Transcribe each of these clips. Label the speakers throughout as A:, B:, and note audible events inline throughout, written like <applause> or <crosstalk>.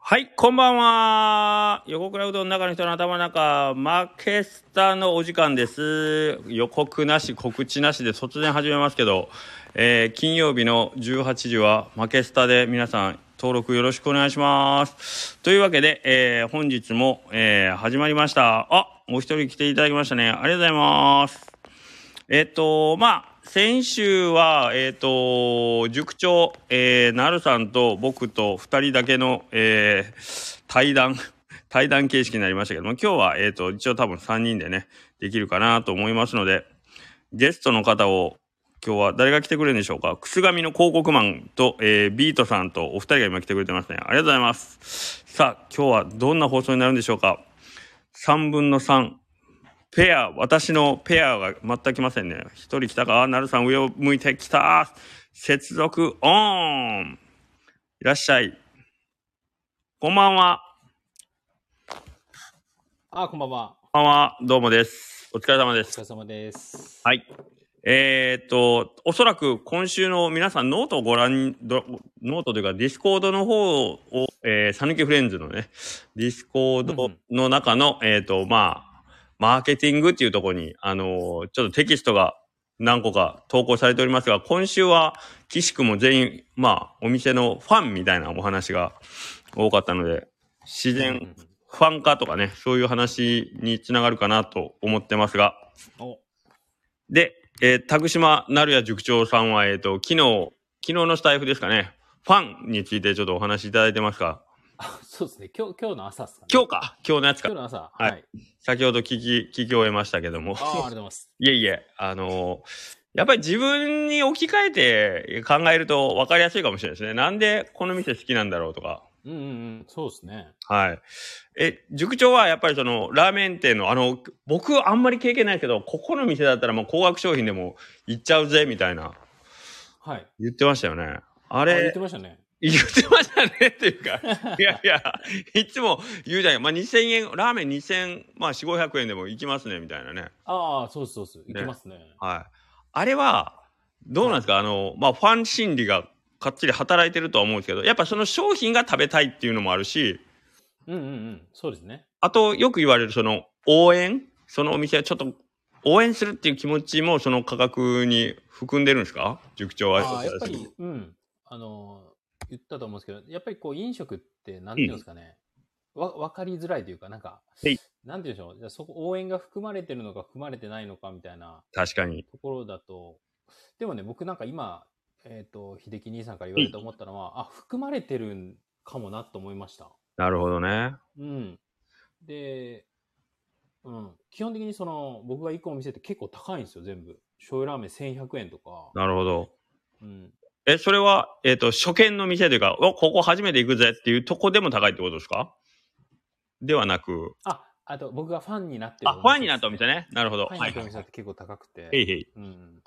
A: はい、こんばんは。横倉うどんの中の人の頭の中、負けスタのお時間です。予告なし、告知なしで突然始めますけど、えー金曜日の18時は負けスタで皆さん登録よろしくお願いします。というわけで、えー本日も、えー始まりました。あ、お一人来ていただきましたね。ありがとうございます。えっと、まあ、先週は、えっと、塾長、えー、なるさんと僕と2人だけの、えー対談、 <laughs> 対談形式になりましたけども、今日は、えっと、一応多分3人でね、できるかなと思いますので、ゲストの方を、今日は誰が来てくれるんでしょうか。くすがみの広告マンと、えービートさんとお二人が今来てくれてますね。ありがとうございます。さあ、今日はどんな放送になるんでしょうか。3分の3。ペア、私のペアが全く来ませんね。一人来たか、あなるさん上を向いてきた。接続オン。いらっしゃい。こんばんは。
B: あ、こんばんは。
A: こんばんは。どうもです。お疲れ様で
B: お
A: す
B: 疲。れ様です。
A: はい。えー、っと、おそらく今週の皆さんノートをご覧、どノートというかディスコードの方を、えー、さぬきフレンズのね、ディスコードの中の、えーっと、まあ、マーケティングっていうところに、あのーちょっとテキストが何個か投稿されておりますが、今週は岸くも全員、まあ、お店のファンみたいなお話が多かったので、自
B: う
A: 然
B: ん
A: ファン化とかね、そういう話につながるかなと思ってますが、
B: お、
A: で、えー、田島成也塾長さんは、えっ、と、昨日、昨日のスタイフですかね、ファンについてちょっとお話しいただいてますか
B: あそうですね。今日、今日の朝ですか、ね、
A: 今日か今日のやつ
B: 今
A: か
B: 日の朝。
A: は
B: はいい。
A: <laughs> 先ほど聞き、聞き終えましたけども
B: あ。あ、ありがとうございます。
A: いえいえ、あのーやっぱり自分に置き換えて考えると分かりやすいかもしれないですね。なんでこの店好きなんだろうとか。
B: うんうんうん。そうですね。
A: はい。え、塾長はやっぱりその、ラーメン店の、あの、僕あんまり経験ないですけど、ここの店だったらもう高額商品でも行っちゃうぜ、みたいな。
B: はい。
A: 言ってましたよね。あ
B: あ言っ
A: れ
B: て、ましたね。
A: 言ってましたねっていうか、 <laughs> いやいや、いつも言うじゃない、まあ、2000円、ラーメン2000、まあ、4、500円でも行きますね、みたいなね。
B: ああ、そうですそうです。行きますね。
A: はい。あれは、どうなんですか、あの、まあ、ファン心理がかっちり働いてるとは思うんですけど、やっぱその商品が食べたいっていうのもあるし、
B: うんうんうん。そうですね。
A: あと、よく言われる、その、応援そのお店はちょっと、応援するっていう気持ちも、その価格に含んでるんですか塾長は。
B: ああ、やっぱり、うん。あのー、言ったと思うんですけど、やっぱりこう、飲食って、なんていうんですかね。わ、わかりづらいというか、なんか
A: はい、
B: なんていうんでしょう。じゃあそこ、応援が含まれてるのか、含まれてないのか、みたいな。
A: 確かに。
B: ところだと、でもね、僕なんか今、えっ、と、秀樹兄さんから言われて思ったのは、あ、含まれてるんかもなと思いました。
A: なるほどね。
B: うん。で、うん。基本的にその、僕が行くお店って結構高いんですよ、全部。醤油ラーメン1100円とか。
A: なるほど。
B: うん。
A: え、それは、えっ、と、初見の店というか、お、ここ初めて行くぜっていうとこでも高いってことですかではなく、
B: あ、あと僕がファンになってる
A: あ、ファンになったお店ね。なるほど。
B: ファンに
A: は
B: ないったお店
A: は
B: って結構高くて。
A: い。へいへい。
B: うん。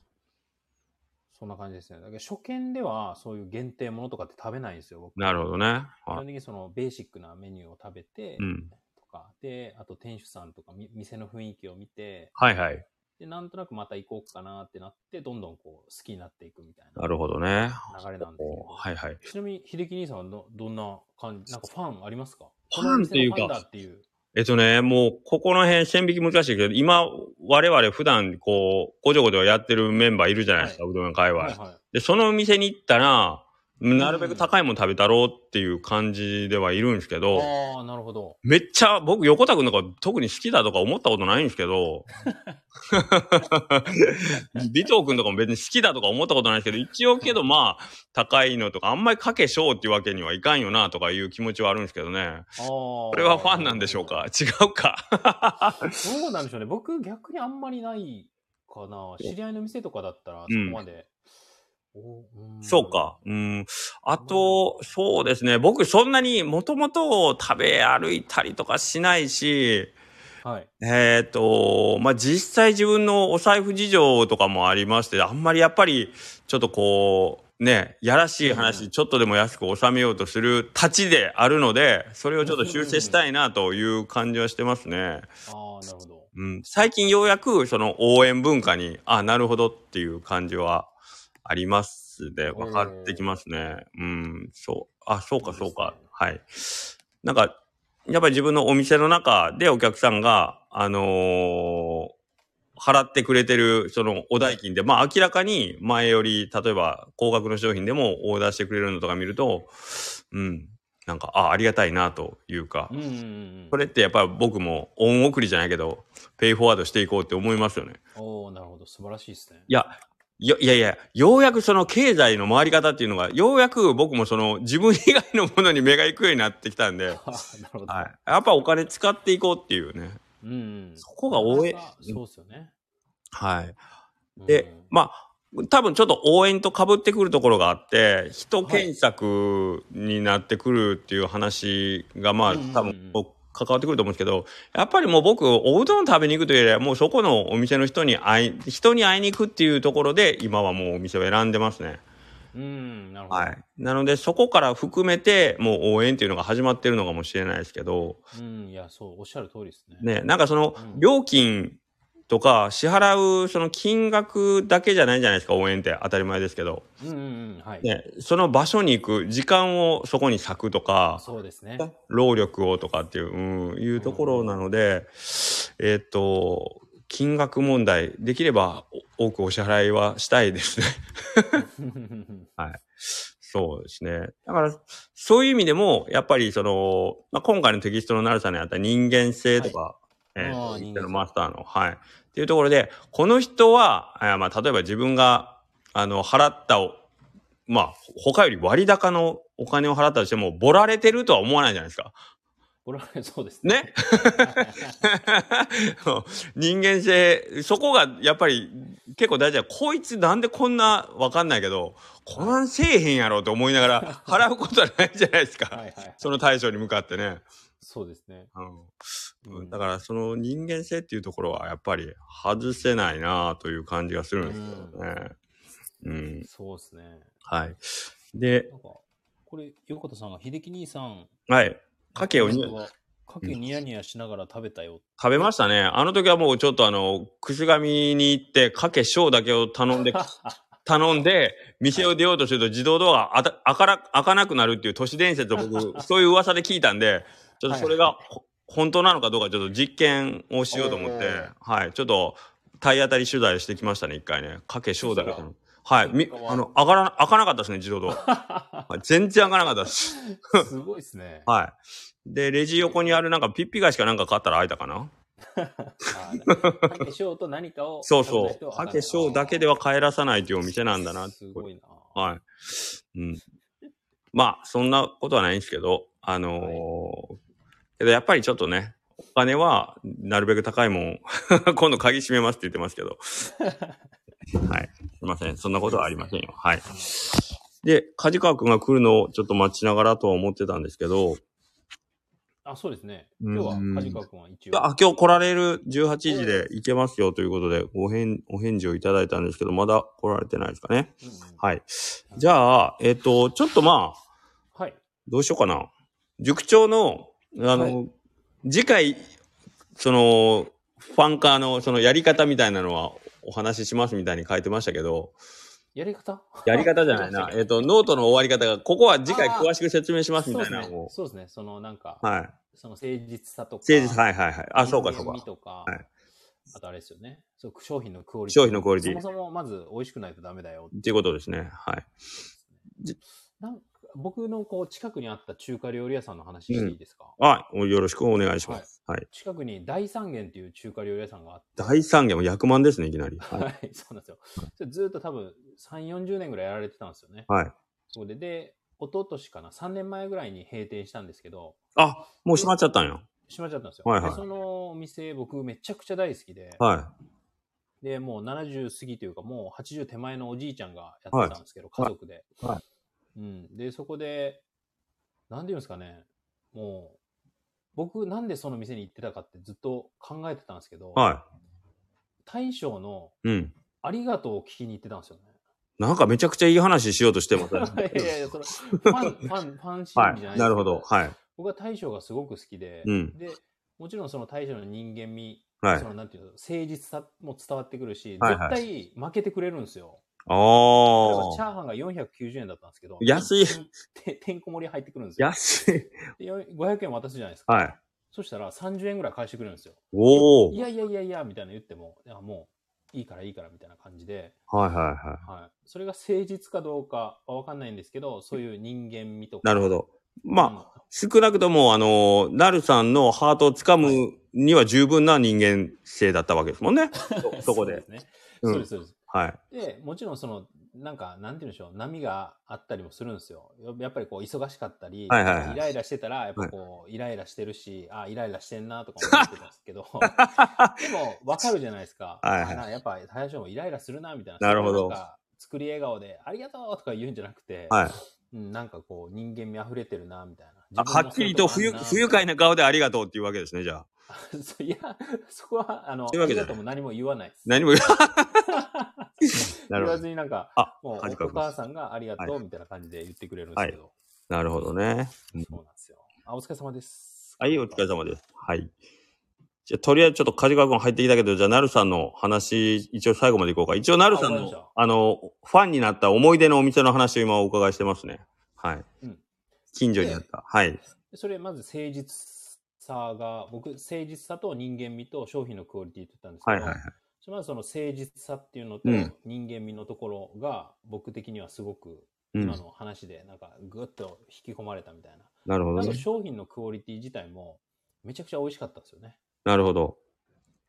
B: そんな感じですね。だけど初見ではそういう限定ものとかって食べないんですよ、僕。
A: なるほどね。
B: 基
A: は
B: 本的にそのベーシックなメニューを食べて、
A: い。うん。
B: とか、で、あと店主さんとかみ店の雰囲気を見て、
A: はいはい。
B: で、なんとなくまた行こうかなってなって、どんどんこう好きになっていくみたいな
A: なるほどね。
B: 流れなんですけど
A: お。はいはい。
B: ちなみに、秀樹兄さんはどどんな感じ、なんかファンありますか
A: ファンっていうか
B: この店のファンだっていう。
A: えっとね、もう、ここの辺、線引き難しいけど、今、我々普段、こう、ごちょごちょやってるメンバーいるじゃないですか、うどんの界隈。
B: はいはい。
A: で、そのお店に行ったら、なるべく高いもの食べたろうっていう感じではいるんですけど、
B: ああ、なるほど。
A: めっちゃ、僕、横田くんなんか特に好きだとか思ったことないんですけど、尾藤くんとかも別に好きだとか思ったことないんですけど、一応けどまあ、高いのとか、あんまりかけしょうっていうわけにはいかんよなとかいう気持ちはあるんですけどね。
B: ああ。こ
A: これはファンなんでしょうか違うか
B: どうなんでしょうね。僕、逆にあんまりないかな。知り合いの店とかだったら、そこ
A: うん
B: まで。おん
A: そうか。うん。あと、そうですね。僕、そんなにもともと食べ歩いたりとかしないし、
B: はい。
A: えっ、と、まあ、実際自分のお財布事情とかもありまして、あんまりやっぱり、ちょっとこう、ね、やらしい話、
B: うん
A: ちょっとでも安く収めようとするたちであるので、それをちょっと修正したいなという感じはしてますね。
B: ああ、なるほど。
A: うん。最近ようやく、その応援文化に、あ、なるほどっていう感じはありますで、分かってきますね。うん、そう。あ、そうか、そうか。はい。なんか、やっぱり自分のお店の中でお客さんが、あのー払ってくれてるそのお代金で、まあ明らかに前より、例えば高額の商品でもオーダーしてくれるのとか見ると、うん、なんか、ああ、りがたいなというか、
B: うんうんうんうん。
A: これってやっぱり僕も恩送りじゃないけど、ペイフォワードしていこうって思いますよね。
B: おおなるほど。素晴らしいですね。
A: いや、よいやいや、ようやくその経済の回り方っていうのが、ようやく僕もその自分以外のものに目が行くようになってきたんで、
B: あーなるほど。
A: はい。やっぱお金使っていこうっていうね。
B: うんうん。
A: そこが応援
B: なかなかそうですよね。
A: はい。
B: うん
A: で、まあ、多分ちょっと応援と被ってくるところがあって、人検索になってくるっていう話が、まあ
B: うんうんうん、
A: 多分僕関わってくると思うんですけど、やっぱりもう僕、おうどん食べに行くというよりは、もうそこのお店の人に会い、人に会いに行くっていうところで、今はもうお店を選んでますね。
B: うん、なるほど。
A: はい。なので、そこから含めて、もう応援っていうのが始まってるのかもしれないですけど、
B: うん、いや、そう、おっしゃる通りですね。
A: ね、なんかその
B: うん
A: 料金とか支払うその金額だけじゃないじゃないですか応援って当たり前ですけど、
B: うんうんうん、はい。
A: ね、その場所に行く時間をそこに割くとか
B: そうですね。
A: 労力をとかっていう、うん、いうところなので、えーっと金額問題できればお多くお支払いはしたいですね。そうですね。だから、そういう意味でも、やっぱりその、まあ、今回のテキストのなるさんにあった人間性とか、え
B: ああ
A: ー、
B: 人
A: 人
B: 間性
A: のマスターの、はい。っていうところで、この人は、あーまあ、例えば自分が、あの、払ったお、まあ、他より割高のお金を払ったとしても、ボラれてるとは思わないじゃないですか。
B: <laughs> これはねそうです
A: ね
B: ね。
A: 人間性、そこがやっぱり結構大事だ。こいつなんでこんなわかんないけど、こんなんせえへんやろと思いながら払うことはないじゃないですか。
B: はいはい。
A: その対象に向かってね。
B: そうですね。
A: うん
B: うん
A: だからその人間性っていうところはやっぱり外せないなという感じがするんですけどね。うん。
B: そうですね。
A: はい。で、
B: なんか、これ、横田さんが、秀樹兄さん、
A: はい。かけをに
B: かけニヤニヤしながら食べたよ。
A: 食べましたね。あの時はもうちょっとあの、くすがみに行って、かけ小だけを頼
B: <laughs>
A: んで、頼んで、店を出ようとすると自動ドアがあた開から開かなくなるっていう都市伝説を
B: <laughs>
A: 僕、そういう噂で聞いたんで、ちょっとそれがほ本当なのかどうかちょっと実験をしようと思って
B: おー、
A: はい、ちょっと体当たり取材してきましたね、一回ね。かけ小だけ
B: そう
A: 頼む。はい、み
B: そうか
A: あの、開かな、開かなかったですね、自動ドア。は
B: <laughs>
A: い全然開かなかったです。
B: すごいです
A: <laughs>
B: ね。
A: はい。で、レジ横にあるなんかピッピ貝しかなんか買ったら開いたかな
B: あーかけしょうと何かを。
A: そうそ
B: 食べた人
A: う。
B: は
A: かけしょうだけでは帰らさないというお店なんだな。
B: すごいな。
A: はい。うん。まあ、そんなことはないんですけど、あのーけどやっぱりちょっとね、お金はなるべく高いもん、 <laughs> 今度鍵閉めますって言ってますけ <laughs> ど。はい。すいません。そんなことはありませんよ。はい。で、梶川くんが来るのをちょっと待ちながらとは思ってたんですけど、
B: あ、そうですね。今日は、
A: うん
B: 梶川君は一応。
A: あ、今日来られる18時で行けますよということで、ご返、お返事をいただいたんですけど、まだ来られてないですかね。
B: うんうん
A: はい。じゃあ、えっ、と、ちょっとまあ、
B: はい。
A: どうしようかな。塾長の、あの、
B: は
A: 次回、その、ファンカーの、そのやり方みたいなのはお話ししますみたいに書いてましたけど、
B: やり方
A: やり方じゃないな。えっと、ノートの終わり方が、ここは次回
B: あー
A: 詳しく説明しますみたいな。
B: そうですね
A: も
B: そうですね。そのなんか、
A: うはい。
B: その誠実さとか。
A: 誠実、はいはいはい。あ、そうかそう
B: 人間味
A: か。
B: とか
A: はい
B: あとあれですよね。そう商品のクオリティ。
A: 商品のクオリティ
B: そもそもまず美味しくないとダメだよ。
A: っていうことですね。はい。
B: なんか僕のこう近くにあった中華料理屋さんの話していいですか、
A: あ、よろしくお願いします。はい。
B: 近くに大三元っていう中華料理屋さんがあって。
A: 第三元も100万ですね、いきなり。はい。
B: はい、 <laughs> そうなんですよ。それずっと多分3、40年ぐらいやられてたんですよね。
A: はい。
B: それで、一昨年かな、3年前ぐらいに閉店したんですけど、
A: あ、もう閉まっちゃったんや。
B: 閉まっちゃったんですよ。
A: はいはい
B: でそのお店、僕めちゃくちゃ大好きで、
A: は
B: で、もう70過ぎというか、もう80手前のおじいちゃんがやってたんですけど、
A: はい
B: 家族で、
A: は
B: うん。で、そこで、なんていうんですかね、もう、僕なんでその店に行ってたかってずっと考えてたんですけど、
A: い。は
B: 大将の
A: い。うん。
B: ありがとうを聞きに行ってたんですよね。
A: なんかめちゃくちゃいい話しようとしてますね。
B: <laughs> いやいやいや、その、ファ
A: <laughs>
B: ン、ファン、ファン心理じゃないですけ
A: はい。なるほど。はい。
B: 僕は大将がすごく好きで、
A: うん
B: で、もちろんその大将の人間味、
A: はい
B: そ。のなんていうの、誠実さも伝わってくるし、
A: はいはい
B: 絶対負けてくれるんですよ。
A: あ
B: 例えばチ
A: あ。
B: ャーハンが490円だったんですけど、
A: 安い
B: <laughs> ててんこ盛り入ってくるんですよ。
A: 安い。 <laughs>
B: でよ500円渡すじゃないですか。
A: はい。
B: そしたら30円ぐらい返してくれるんですよ。
A: おお
B: い。やいやいやいや、みたいな言っても、いやもういいからいいからみたいな感じで、
A: はいはいは
B: はい、それが誠実かどうかは分かんないんですけど、そういう人間味と
A: い。
B: か。
A: なるほ
B: ど。
A: ど。まあ、少なくとも、あの、なるさんのハートを掴むには十分な人間性だったわけですもんね。そそこで。
B: そうですね。
A: うん
B: <laughs> そうです、そうです。
A: はい。
B: で、もちろんその、なんか、なんて言うんでしょう、波があったりもするんですよ。ややっぱりこう、忙しかったり、
A: はいはいはい
B: イライラしてたら、やっぱこう、イライラしてるし、あ、イライラしてんなとか思ってたんですけど、 <laughs> でも、わかるじゃないですか。
A: はいはい
B: あなやっぱ、最初もイライラするな、みたいな。
A: なるほど
B: それをんか作り笑顔で、ありがとうとか言うんじゃなくて、
A: はい。
B: うんなんかこう、人間味溢れてるな、みたいな。
A: あはっきりと不愉不愉快な顔でありがとうっていうわけですね、じゃあ。
B: <laughs> いや、そこは、あの、
A: そういうわけじゃな
B: ありが
A: い
B: とうも何も言わないです。
A: 何も言わ
B: <laughs>
A: <laughs> な
B: 言
A: るほど。
B: わずになんか、
A: あ、
B: もう
A: 恥か
B: お
A: きま
B: 母
A: す
B: さんがありがとうみたいな感じで言ってくれるんですけど、
A: なるほどね。うん
B: そうなんですよ。あ、お疲れ様です。
A: はい、お疲れ様です。はい。じゃあ、とりあえずちょっと梶川君入ってきたけど、じゃあ、なるさんの話、一応最後までいこうか。一応、なるさん
B: あわかりまし
A: の
B: た、
A: あの、ファンになった思い出のお店の話を今お伺いしてますね。はい。
B: うん
A: 近所にあった。はい。
B: それ、まず誠実さが、僕、誠実さと人間味と商品のクオリティって言ったんですけど、
A: はいはいはい。
B: それまずその誠実さっていうのと
A: うん
B: 人間味のところが、僕的にはすごく、
A: うん
B: 今。の話で、なんか、ぐっと引き込まれたみたいな。
A: なるほど
B: あと、
A: ね。
B: 商品のクオリティ自体も、めちゃくちゃ美味しかったんですよね。
A: なるほど。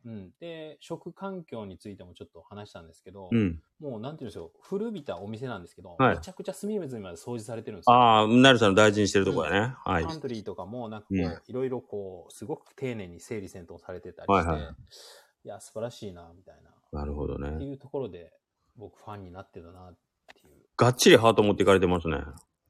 B: うん、で食環境についてもちょっと話したんですけど、
A: うん。
B: もうなんていうんでしょう、古びたお店なんですけど、
A: はい
B: めちゃくちゃ隅々まで掃除されてるんですよ。
A: ああ、なるさんの大事にしてるとこだね。はい。
B: カントリーとかも、なんかこ
A: う
B: う、
A: ん
B: いろいろこう、すごく丁寧に整理整頓されてたりして、
A: はい
B: い
A: はい
B: や、素晴らしいな、みたいな。
A: なるほど
B: って
A: ね。
B: いうところで、僕ファンになってたな、っていう。
A: がっちりハート持っていかれてますね。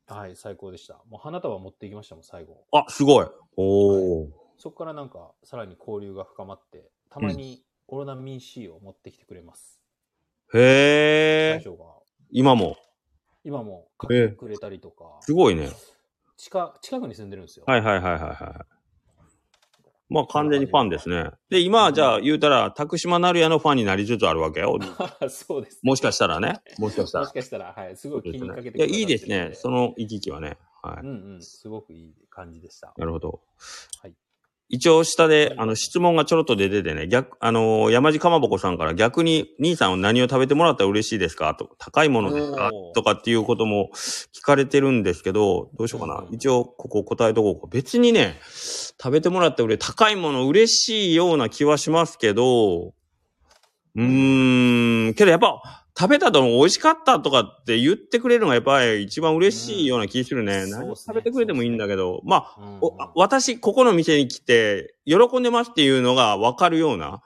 B: はい、最高でした。もう花束持っていきましたもん、最後。
A: あ、すごい。おー。
B: そこからなんか、さらに交流が深まって、たまにオロナミン C を持ってきてくれます。
A: へ
B: 大
A: え。
B: 将が。
A: 今も。
B: 今も買ってくれたりとか、
A: すごいね。
B: 近近くに住んでるんですよ。
A: はいはいはいはいはい。まあ完全にファンですね。で、今はじゃあ言うたら、竹島なるやのファンになりつつあるわけよ。
B: <laughs> そうですね、
A: <laughs> もしかしたらね。もしかした
B: も
A: ら
B: し。かしたら、はい、すごい気にかけて
A: いや、いいですね。そ
B: の、
A: の行き来はね。はい
B: うん。うん、すごくいい感じでした。
A: なるほど。
B: はい
A: 一応下で、あの、質問がちょろっと出ててね、逆、あのー山地かまぼこさんから逆に、兄さんは何を食べてもらったら嬉しいですかと、高いものですか
B: おー
A: とかっていうことも聞かれてるんですけど、どうしようかな
B: う。ん
A: 一応、ここ答えとこうか。別にね、食べてもらった俺、高いもの嬉しいような気はしますけど、うーん、けどやっぱ、食べたと美味しかったとかって言ってくれるのがやっぱり一番嬉しいような気するね。
B: うん
A: 何
B: そうっすね
A: 食べてくれてもいいんだけど、まあ、
B: うんうん
A: おあ私、ここの店に来て、喜んでますっていうのが分かるような、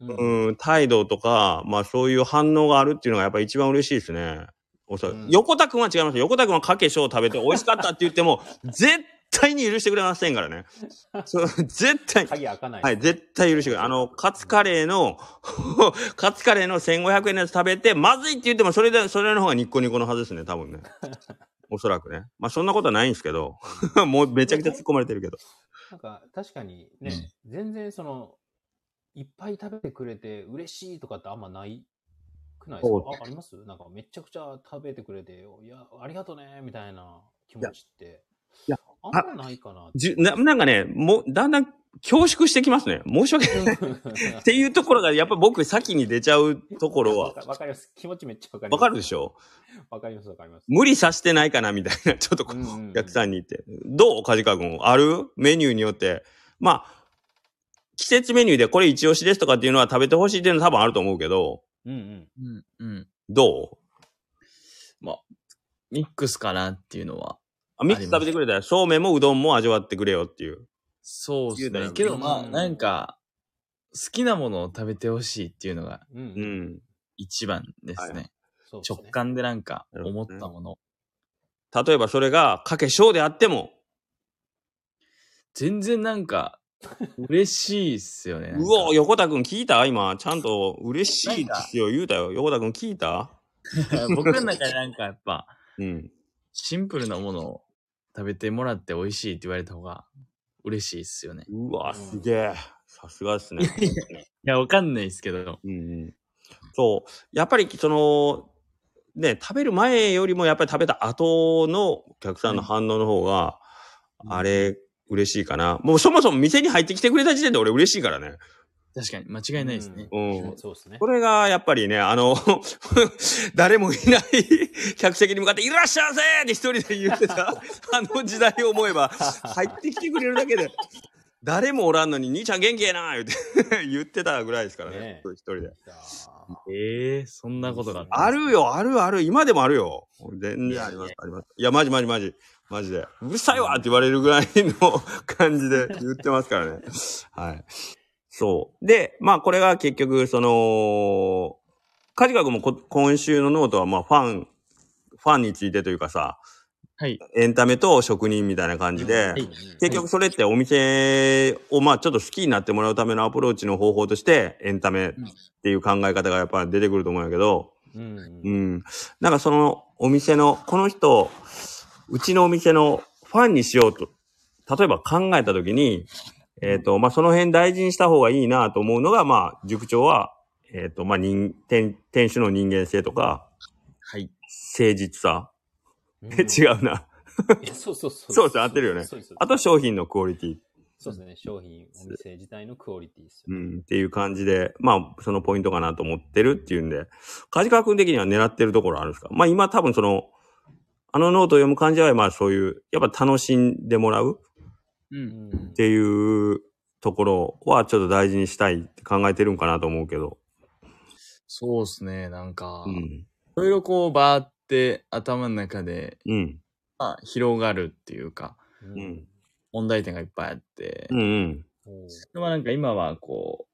B: うん
A: うん、態度とか、まあそういう反応があるっていうのがやっぱ一番嬉しいですね。おそらく
B: うん
A: 横田くんは違いますよ。横田くんはかけしょう食べて美味しかったって言って
B: <laughs>
A: も、絶対に許してくれませんからね。そう絶対。
B: 鍵開かない。
A: はい、絶対許してくれない。あの、カツカレーの、 <laughs> カツカレーの1500円のやつ食べて、まずいって言っても、それで、それの方がニッコニコのはずですね、多分
B: <laughs>
A: ね。おそらくね。まあ、そんなことはないんですけど、 <laughs> もうめちゃくちゃ突っ込まれてるけど。
B: なんか、確かにね、全然その、いっぱい食べてくれて嬉しいとかってあんまないくないです
A: そう
B: かあありますなんか、めちゃくちゃ食べてくれて、いや、ありがとうね、みたいな気持ちって。
A: いや、
B: あんまないかな。
A: じゅななんかね、もう、だんだん恐縮してきますね。申し訳ない。
B: っ
A: っていうところが、やっぱ僕先に出ちゃう <laughs> ところは
B: わか、 <laughs> わかります。気持ちめっちゃわかりま
A: わ
B: す。
A: かるでしょ
B: わかります、わかります。
A: 無理させてないかなみたいな、 <laughs> ちょっとこう
B: うんうんうん
A: お客さんに言って。どう梶川君。あるメニューによって。まあ、季節メニューでこれ一押しですとかっていうのは食べてほしいっていうのは多分あると思うけど、
B: うんうん。
C: うんうん。
A: どう
C: ミックスかなっていうのは。
A: あミックス食べてくれたら、そうめんもうどんも味わってくれよっていう。
C: そうで
A: 言
C: す
A: うたら
C: ね。けどまあ、
B: うん
C: なんか、好きなものを食べてほしいっていうのが
B: うん
A: う
B: うん。
A: ん。
C: 一番です
A: はい
C: ね。
B: そうですね
C: 直感でなんか
A: なるほど
C: 思っ
A: ね
C: たもの。
A: 例えばそれが、かけしょうであっても、
C: 全然なんか、嬉しいっすよね。なん
A: う
C: か
A: お横田君聞いた今、ちゃんと嬉しいですよ、言うたよ。横田君聞いた
C: 僕の中でなんかやっぱ、
A: うん。
C: シンプルなものを食べてもらって美味しいって言われた方が嬉しいっすよね。
A: うわ、すげえ。さすがですね。
C: いや、わかんないっすけど。
A: うんうんそう。やっぱり、その、ね、食べる前よりもやっぱり食べた後のお客さんの反応の方が、あれ、嬉しいかな。もうそもそも店に入ってきてくれた時点で俺嬉しいからね。
C: 確かに、間違いないですね。
A: うん。
B: そうですね
A: こ。れがやっぱりね、あの、 <laughs> 誰もいない <laughs> 客席に向かって、いらっしゃいませって一人で言ってた、あの時代を思えば、
B: <laughs>
A: <laughs> 入ってきてくれるだけで、 <laughs> 誰もおらんのに、兄ちゃん元気やな言って、 <laughs> 言ってたぐらいですからね
B: ね、
A: 一人で。
B: いやー
C: ええそんなことが
A: あるよ、あるある、今でもあるよ。全然あります、あります。いや、マジマジマジ、マジで。うるさいわって言われるぐらいの感じで <laughs> 言ってますからね。はい。そう。で、まあこれが結局、その、カジカ君もこ今週のノートは、まあファン、ファンについてというかさ、
C: はい。
A: エンタメと職人みたいな感じで、
C: はい
A: 結局それってお店をまあちょっと好きになってもらうためのアプローチの方法として、エンタメっていう考え方がやっぱ出てくると思うんやけど、
B: うん
A: う
B: うん
A: ん。なんかそのお店の、この人を、うちのお店のファンにしようと、例えば考えたときに、えっ、と、まあ、その辺大事にした方がいいなと思うのが、まあ、塾長は、えっ、と、まあ、人、店、店主の人間性とか、
C: はい。
A: 誠実さ。
B: うん。
A: え、違うな。
B: いやそうそうそう。
A: そうです合ってるよね
B: そうです
A: あと商品のクオリティ。
B: そうですね。商品、お店自体のクオリティですよ
A: う
B: ね。
A: ん、っていう感じで、まあ、そのポイントかなと思ってるっていうんで、梶川君的には狙ってるところあるんですかまあ、今多分その、あのノートを読む感じは、まあそういう、やっぱ楽しんでもらう
B: う
C: う。
B: んん
A: っ。ていうところはちょっと大事にしたいって考えてるんかなと思うけど。
C: そうですね。なんか、
A: う
C: い
A: ん。
C: ろいろこう、バーって頭の中で、
A: うん。
C: まあ、広がるっていうか、
B: う
A: うんん。
C: 問題点がいっぱいあって、
A: うんうん。
B: おー
C: でもなんか今はこ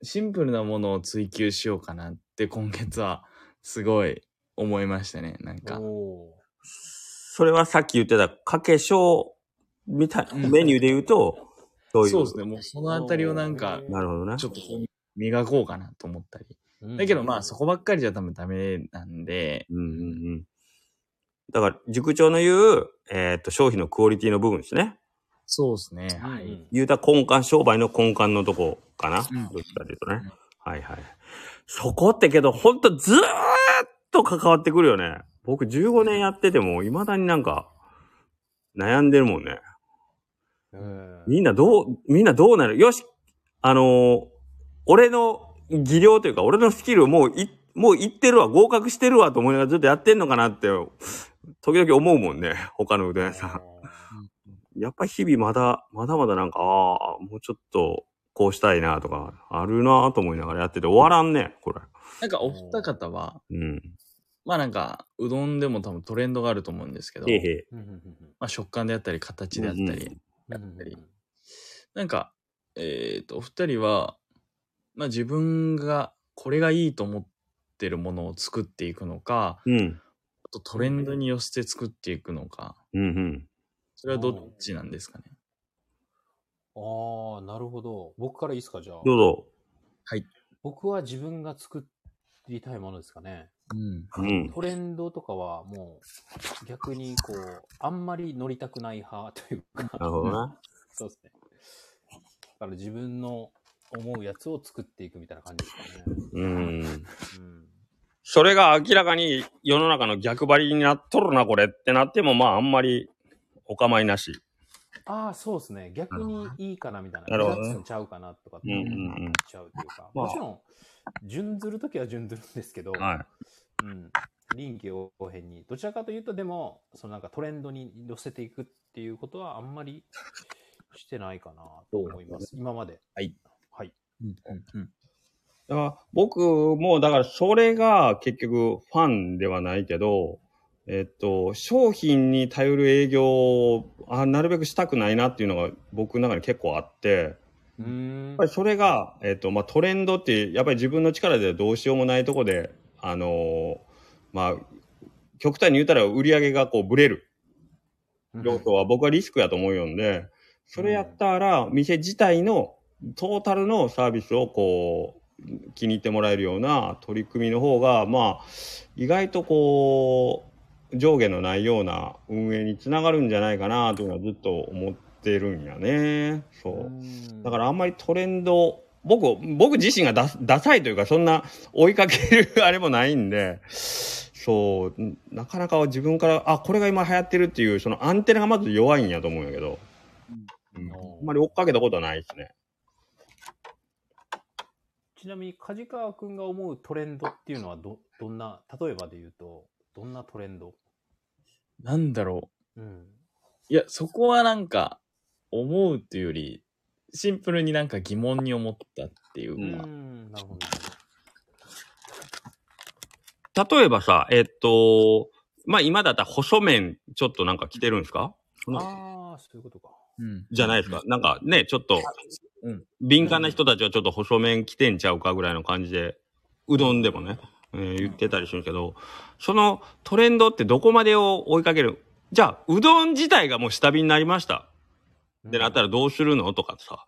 C: う、シンプルなものを追求しようかなって今月はすごい思いましたね。なんか、
B: お
A: それはさっき言ってた、かけしょうみたい、
C: うん
A: メニューで言うと、そういう。
C: そうですね。。もうそのあたりをなんか、
A: なるほどね
C: ち。ょっと磨こうかなと思ったり。
B: ー
C: だけどまあそこばっかりじゃ多分ダメなんで、
A: うんうんうん。だから、塾長の言う、えーっと、商品のクオリティの部分ですね。
C: そうですね。
B: うん
C: はい。
A: 言うたら根幹、商売の根幹のとこかな。
C: うん
A: どっちかというとね
C: うん。
A: はいはい。そこってけど、ほんとずーっと関わってくるよね。僕15年やってても、未だになんか、悩んでるもんね。
B: うん
A: みんなどう、みんなどうなるよし、あのー俺の技量というか、俺のスキルもうい、もういってるわ、合格してるわと思いながらずっとやってんのかなって、時々思うもんね。他のうどん屋さん。やっぱり日々まだ、まだまだなんか、ああ、もうちょっと、こうしたいなとか、あるなと思いながらやってて終わらんね、これ。
C: なんかお二方は、
A: うん。
C: まあなんか、うどんでも多分トレンドがあると思うんですけど、
A: へいへい。
B: うんうんうん
C: まあ食感であったり、形であった
A: う
C: り、
A: んうん
B: うんうんうん
C: なんか、えっ、と、お二人は、まあ自分がこれがいいと思ってるものを作っていくのか、
A: うん。
C: あとトレンドに寄せて作っていくのか、
A: うんうん。
C: それはどっちなんですかね。
B: ああ、なるほど。僕からいいですか、じゃあ。
A: どうぞ。
B: 僕は自分が作りたいものですかね。
C: うん。
A: うん。
B: トレンドとかはもう逆にこう、あんまり乗りたくない派というか、
A: なるほどな。
B: そうですね。だから自分の思うやつを作っていくみたいな感じで
A: う
B: すかね。
A: ん。
B: うん。
A: それが明らかに世の中の逆張りになっとるな、これってなっても、まあ、あんまりお構いなし。
B: ああ、そうですね。逆にいいかなみたいな。
A: なるほどね
B: 目立つんちゃうかなとかって
A: うんう
B: 思
A: んうん
B: っちゃうというか。
A: まあ
B: もちろん、順ずるときは順ずるんですけど、
A: は
B: うん、臨機応変にどちらかというとでもそのなんかトレンドに寄せていくっていうことはあんまりしてないかなと思います今まで
C: はい
B: はい
C: うん。うん。
A: い。だから僕も、だからそれが結局ファンではないけど、えっと、商品に頼る営業をあなるべくしたくないなっていうのが僕の中に結構あって、
B: うーん
A: やっぱりそれが、えっとまあ、トレンドってやっぱり自分の力ではどうしようもないとこで、あのーまあ、極端に言ったら売り上げがこうブレる要素は僕はリスクやと思うよんでそれやったら店自体のトータルのサービスをこう気に入ってもらえるような取り組みの方がまあ意外とこう上下のないような運営につながるんじゃないかなというのはずっと思ってるんやね。そうう
B: ーん
A: だからあんまりトレンド僕、僕自身がダダサいというか、そんな追いかけるあれもないんで、そう、んなかなか自分から、あ、これが今流行ってるっていう、そのアンテナがまず弱いんやと思うんやけど、うんあんまり追っかけたことはないですね。
B: ちなみに梶川君が思うトレンドっていうのはどどんな例えばで言うとどんなトレンド、
C: なんだろ
B: うん、
C: う。いや、そこはなんか、思うというより、シンプルになんか疑問に思ったっていう
B: う
C: か。
B: んなるほど
A: 例えばさ、えっと、まあ今だったら細麺、ちょっとなんか着てるんですか
B: ああそういうことか
C: うん
A: じゃないですか。。なんかね、ちょっと、
C: うん
A: 敏感な人たちはちょっと細麺着てんちゃうかぐらいの感じで、うどんでもね、えー言ってたりするけど、そのトレンドってどこまでを追いかけるじゃあ、うどん自体がもう下火になりました。で、なった
B: ら
A: らどうするのとかさ、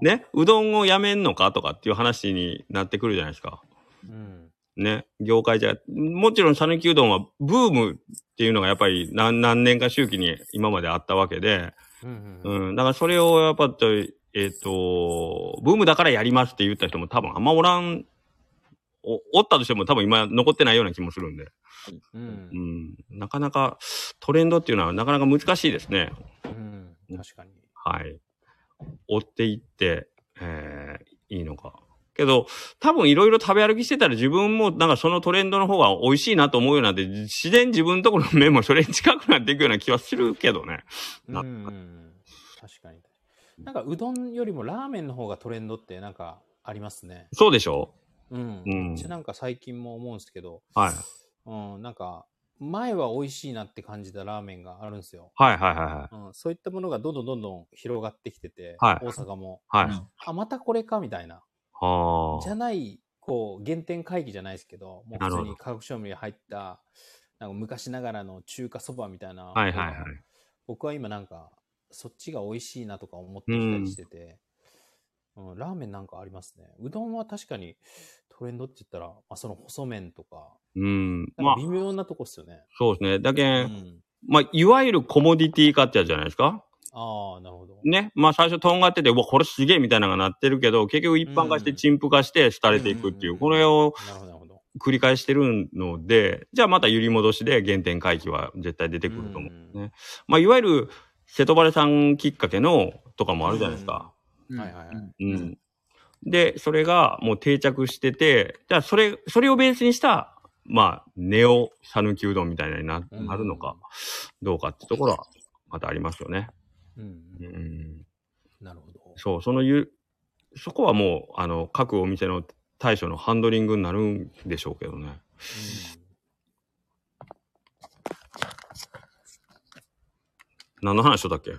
B: ね
A: ね、うどんをやめんのかとかっていう話になってくるじゃないですか。
B: うん
A: ね、業界じゃ、もちろん讃岐うどんはブームっていうのがやっぱり何何年か周期に今まであったわけで、
B: うんうん
A: うん、だからそれをやっぱと、えっ、と、ブームだからやりますって言った人も多分あんまおらん、おおったとしても多分今残ってないような気もするんで、
B: う
A: うんん、なかなかトレンドっていうのはなかなか難しいですね。
B: うん確かに
A: はい。追っていって、えー、いいのか。けど、多分いろいろ食べ歩きしてたら自分もなんかそのトレンドの方が美味しいなと思うようになって、自然自分のところの面もそれに近くなっていくような気はするけどね。
B: う
A: なん
B: うんうん確かになんかうどんよりもラーメンの方がトレンドってなんかありますね
A: そうでしょ
B: うん、
A: うん
B: めっちゃなんか最近も思うんですけど
A: はい。
B: うん、なんか、前は美味しいなって感じたラーメンがあるんですよ。
A: はいはいはいはい。
B: うん、そういったものがどんどんどんどん広がってきてて、
A: はい
B: 大阪も。
A: はい。
C: うん
B: あ、またこれかみたいな。
A: は
B: じゃない、こう、原点回帰じゃないですけど、もう
A: なる
B: 普
A: ほ
B: 通
A: ど
B: に化学賞味に入った、なんか昔ながらの中華そばみたいな。
A: あ。はいはいはい。
B: 僕は今なんか、そっちが美味しいなとか思ってきたりしてて、うんラーメンなんかありますね。うどんは確かにトレンドって言ったら、まあ、その細麺とか、
A: うん。
B: な
A: ま
B: ん
A: あ
B: か、微妙なとこっすよね。
A: そうですね。だけ、
B: うんん。
A: まあ、いわゆるコモディティ化ってやつじゃないですか。
B: ああ、なるほど。
A: ね。まあ、最初とんがってて、うわ、これすげえみたいなのがなってるけど、結局一般化して
B: うん
A: 陳腐化して、廃れていくってい
B: うんうんう
A: う、
B: ん
A: これを
B: なるほど、なるほど。
A: 繰り返してるので、じゃあまた揺り戻しで原点回帰は絶対出てくると思う。
B: うん
A: ね。まあ、いわゆる、瀬戸原さんきっかけのとかもあるじゃないですか。
B: はいはいはい
A: うん。で、それがもう定着してて、じゃあそれ、それをベースにした、まあ、ネオ讃岐うどんみたいなにな
B: うん
A: なるのか、どうかってところは、またありますよね。
B: うん
A: う
B: うん、
A: ん。
B: なるほど。
A: そう、そのゆ、そこはもう、あの、各お店の対処のハンドリングになるんでしょうけどね。何の話しとったっけ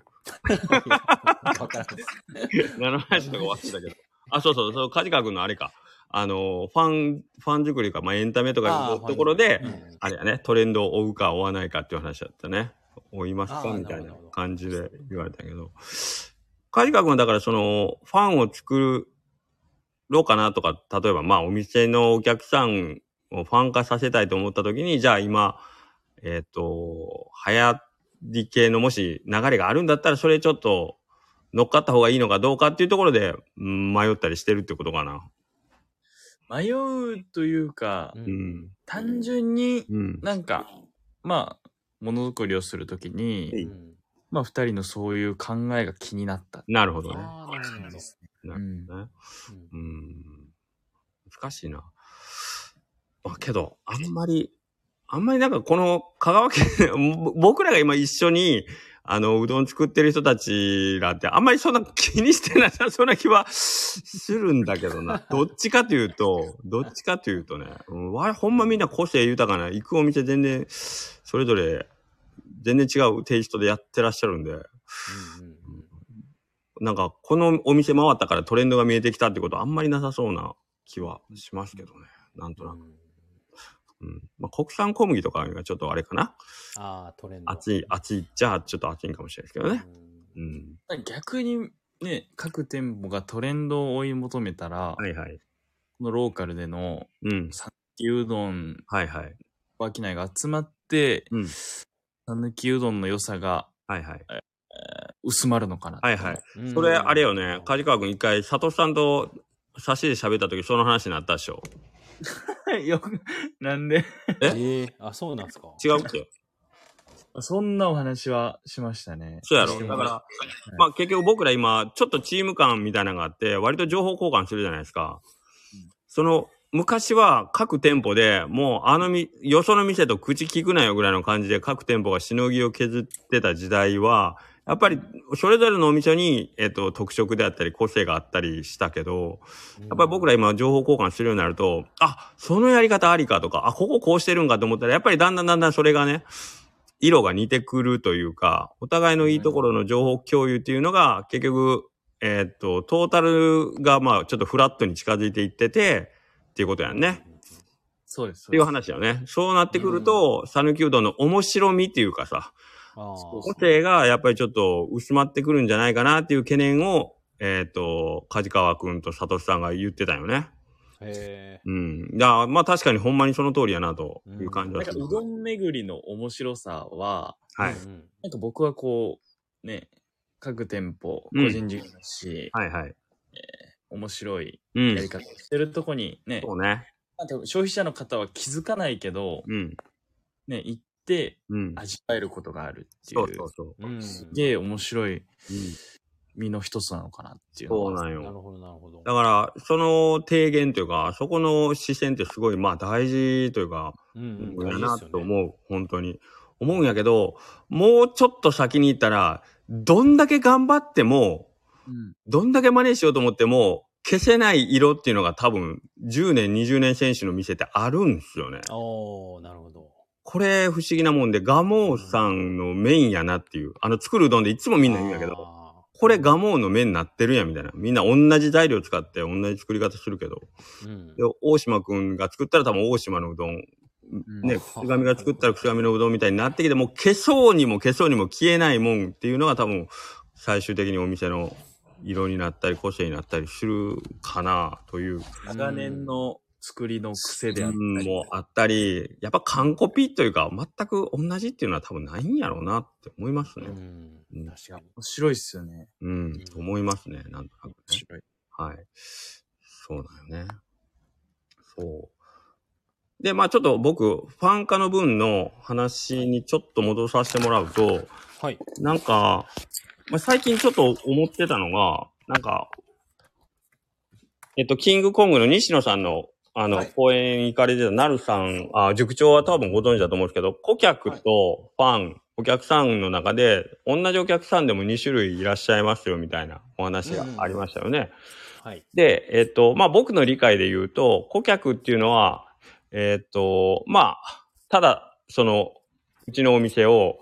B: わからんです。
A: 何の話とか終わってたけど。あ、そうそう、そう、梶川君のあれか。あの、ファン、ファン作りか、まあ、エンタメとかいうところで、
B: うん
A: あれやね、トレンドを追うか追わないかっていう話だったね。追います
B: あ
A: か
B: ー
A: みたい
B: な
A: な
B: るほど
A: 感じで言われたけど。梶川君はだからその、ファンを作ろうかなとか、例えばまあお店のお客さんをファン化させたいと思った時に、じゃあ今、えっ、と、流行り系のもし流れがあるんだったら、それちょっと乗っかった方がいいのかどうかっていうところで、うん迷ったりしてるってことかな。
C: 迷うというか、
B: う
A: うんん。
C: 単純に
A: うん。
C: なんか、まあ、ものづくりをするときに、
A: はい
B: うん
C: まあ、二人のそういう考えが気になった。
A: なるほどね。
B: ああ、なるほどなるほど。
A: な
C: う
A: る
C: ん
A: ほどね。
B: うん
A: うん。難しいな。まあけど、あんまり、あんまりなんかこの香川県、 <laughs> ぼ僕らが今一緒に、あの、うどん作ってる人たちらって、あんまりそんな気にしてなさそう <laughs> な気はするんだけど
B: <laughs>
A: な。どっちかというと、どっちかというとね、うんわほんまみんな個性豊かな、行くお店全然、それぞれ、全然違うテイストでやってらっしゃるんで、
B: うんうんうん
A: なんか、このお店回ったからトレンドが見えてきたってことあんまりなさそうな気はしますけどね。なんとなく。うん。まあ、国産小麦とかがちょっとあれかな。
B: ああ、トレンド。
A: 熱い、熱いっちゃ、ちょっと熱いんかもしれないですけどね。
B: う
A: うんん。
C: 逆に、ね、各店舗がトレンドを追い求めたら、
A: はいはい。
C: このローカルでの
A: うん。
C: 牛丼、
A: はいはい。
C: 商いが集まって、
A: うん。
C: 讃岐うどんの良さが、
A: はいはい。
C: 薄まるのかな。
A: はいはい。
B: うん
A: それ、あれよね、梶川君一回、佐藤さんと差しで喋った時、その話になったでしょ。
C: <laughs> よく、なんで
B: えー、あ、そうなんですか。
A: 違うっけ
C: そんなお話はしましたね。
A: そうやろ。
C: して
A: だ
C: ま
A: か
C: す
A: ら、まあ結局僕ら今、ちょっとチーム感みたいなのがあって、割と情報交換するじゃないですか
B: うん。
A: その、昔は各店舗でもうあのみ、よその店と口聞くなよぐらいの感じで各店舗がしのぎを削ってた時代は、やっぱりそれぞれのお店に、えっと、特色であったり個性があったりしたけど、やっぱり僕ら今情報交換するようになると、あ、そのやり方ありかとか、あ、こここうしてるんかと思ったら、やっぱりだんだんだんだんそれがね、色が似てくるというか、お互いのいいところの情報共有っていうのが、結局、えーっと、トータルがまあちょっとフラットに近づいていってて、っていうことやんね。
C: そうです。
A: っていう
C: そうで
A: 話よね。そうなってくると、讃岐うどんの面白みっていうかさ、
B: あ
C: そう
B: ー
A: 個性がやっぱりちょっと薄まってくるんじゃないかなっていう懸念を、えーっと、梶川くんと佐藤さんが言ってたよね。
B: へ
A: うん。だからまあ確かにほんまにその通りやなという感じは
C: す。
A: する
C: なんか、うどん巡りの面白さは、
B: ー
A: はい。
B: うんうん
C: なんか僕はこう、ね、各店舗、
A: うん
C: 個人事業だし、
A: はいはい。
C: 面白いうやり
A: ん。
C: 方をしてるとこにね、
A: そうね。
C: なんか消費者の方は気づかないけど、
A: うん。
C: ね、行って
A: うん。
C: 味わえることがあるって
A: そ
C: いう
A: そうう、そう。
B: うん
C: すげえ面白
A: う
C: い
A: ん
C: 身の一つなのかなっていうの
A: そうな
C: は。
A: ん
B: な
A: よ。
B: るほど、なるほど。
A: だから、その提言というか、そこの視線ってすごい、まあ大事というか、
B: うんうん、
A: だなと
B: う。
A: 思う、本当に。思うんやけど、もうちょっと先に行ったら、どんだけ頑張っても、
C: うん
A: どんだけ真似しようと思っても、消せない色っていうのが多分、10年、20年選手の店ってあるんですよね。
B: おおなるほど。
A: これ不思議なもんで、ガモーさんの麺やなっていう。あの、作るうどんでいつもみんな言うんやけど、
B: ど
A: これガモーの麺になってるやんみたいな。みんな同じ材料使って同じ作り方するけど。
B: うん
A: で、大島くんが作ったら多分大島のうどん。ね、
B: うん
A: くしがみが作ったらくしがみのうどんみたいになってきて、もう消そうにも消そうにも消えないもんっていうのが多分最終的にお店の色になったり個性になったりするかなという。
C: 長年の作りの癖であったり、
A: うんもうあったり、やっぱ完コピというか全く同じっていうのは多分ないんやろうなって思いますね
B: う。ん
A: うん
B: 確かに。
C: 面白いっすよね。
A: うん、思いますね。なんとなくね
C: 面。白い。
A: はい。そうだよね。そう。で、まあちょっと僕、ファン化の分の話にちょっと戻させてもらうと、
B: はい。
A: なんか、まあ、最近ちょっと思ってたのが、なんか、えっと、キングコングの西野さんの、あの、
C: はい
A: 公演行かれてたなるさん、あ、塾長は多分ご存知だと思うんですけど、顧客とファン、お客さんの中で、同じお客さんでも2種類いらっしゃいますよ、みたいなお話がありましたよね。
B: はい。
A: で、えっ、と、まあ、僕の理解で言うと、顧客っていうのは、えっ、と、まあ、ただ、その、うちのお店を、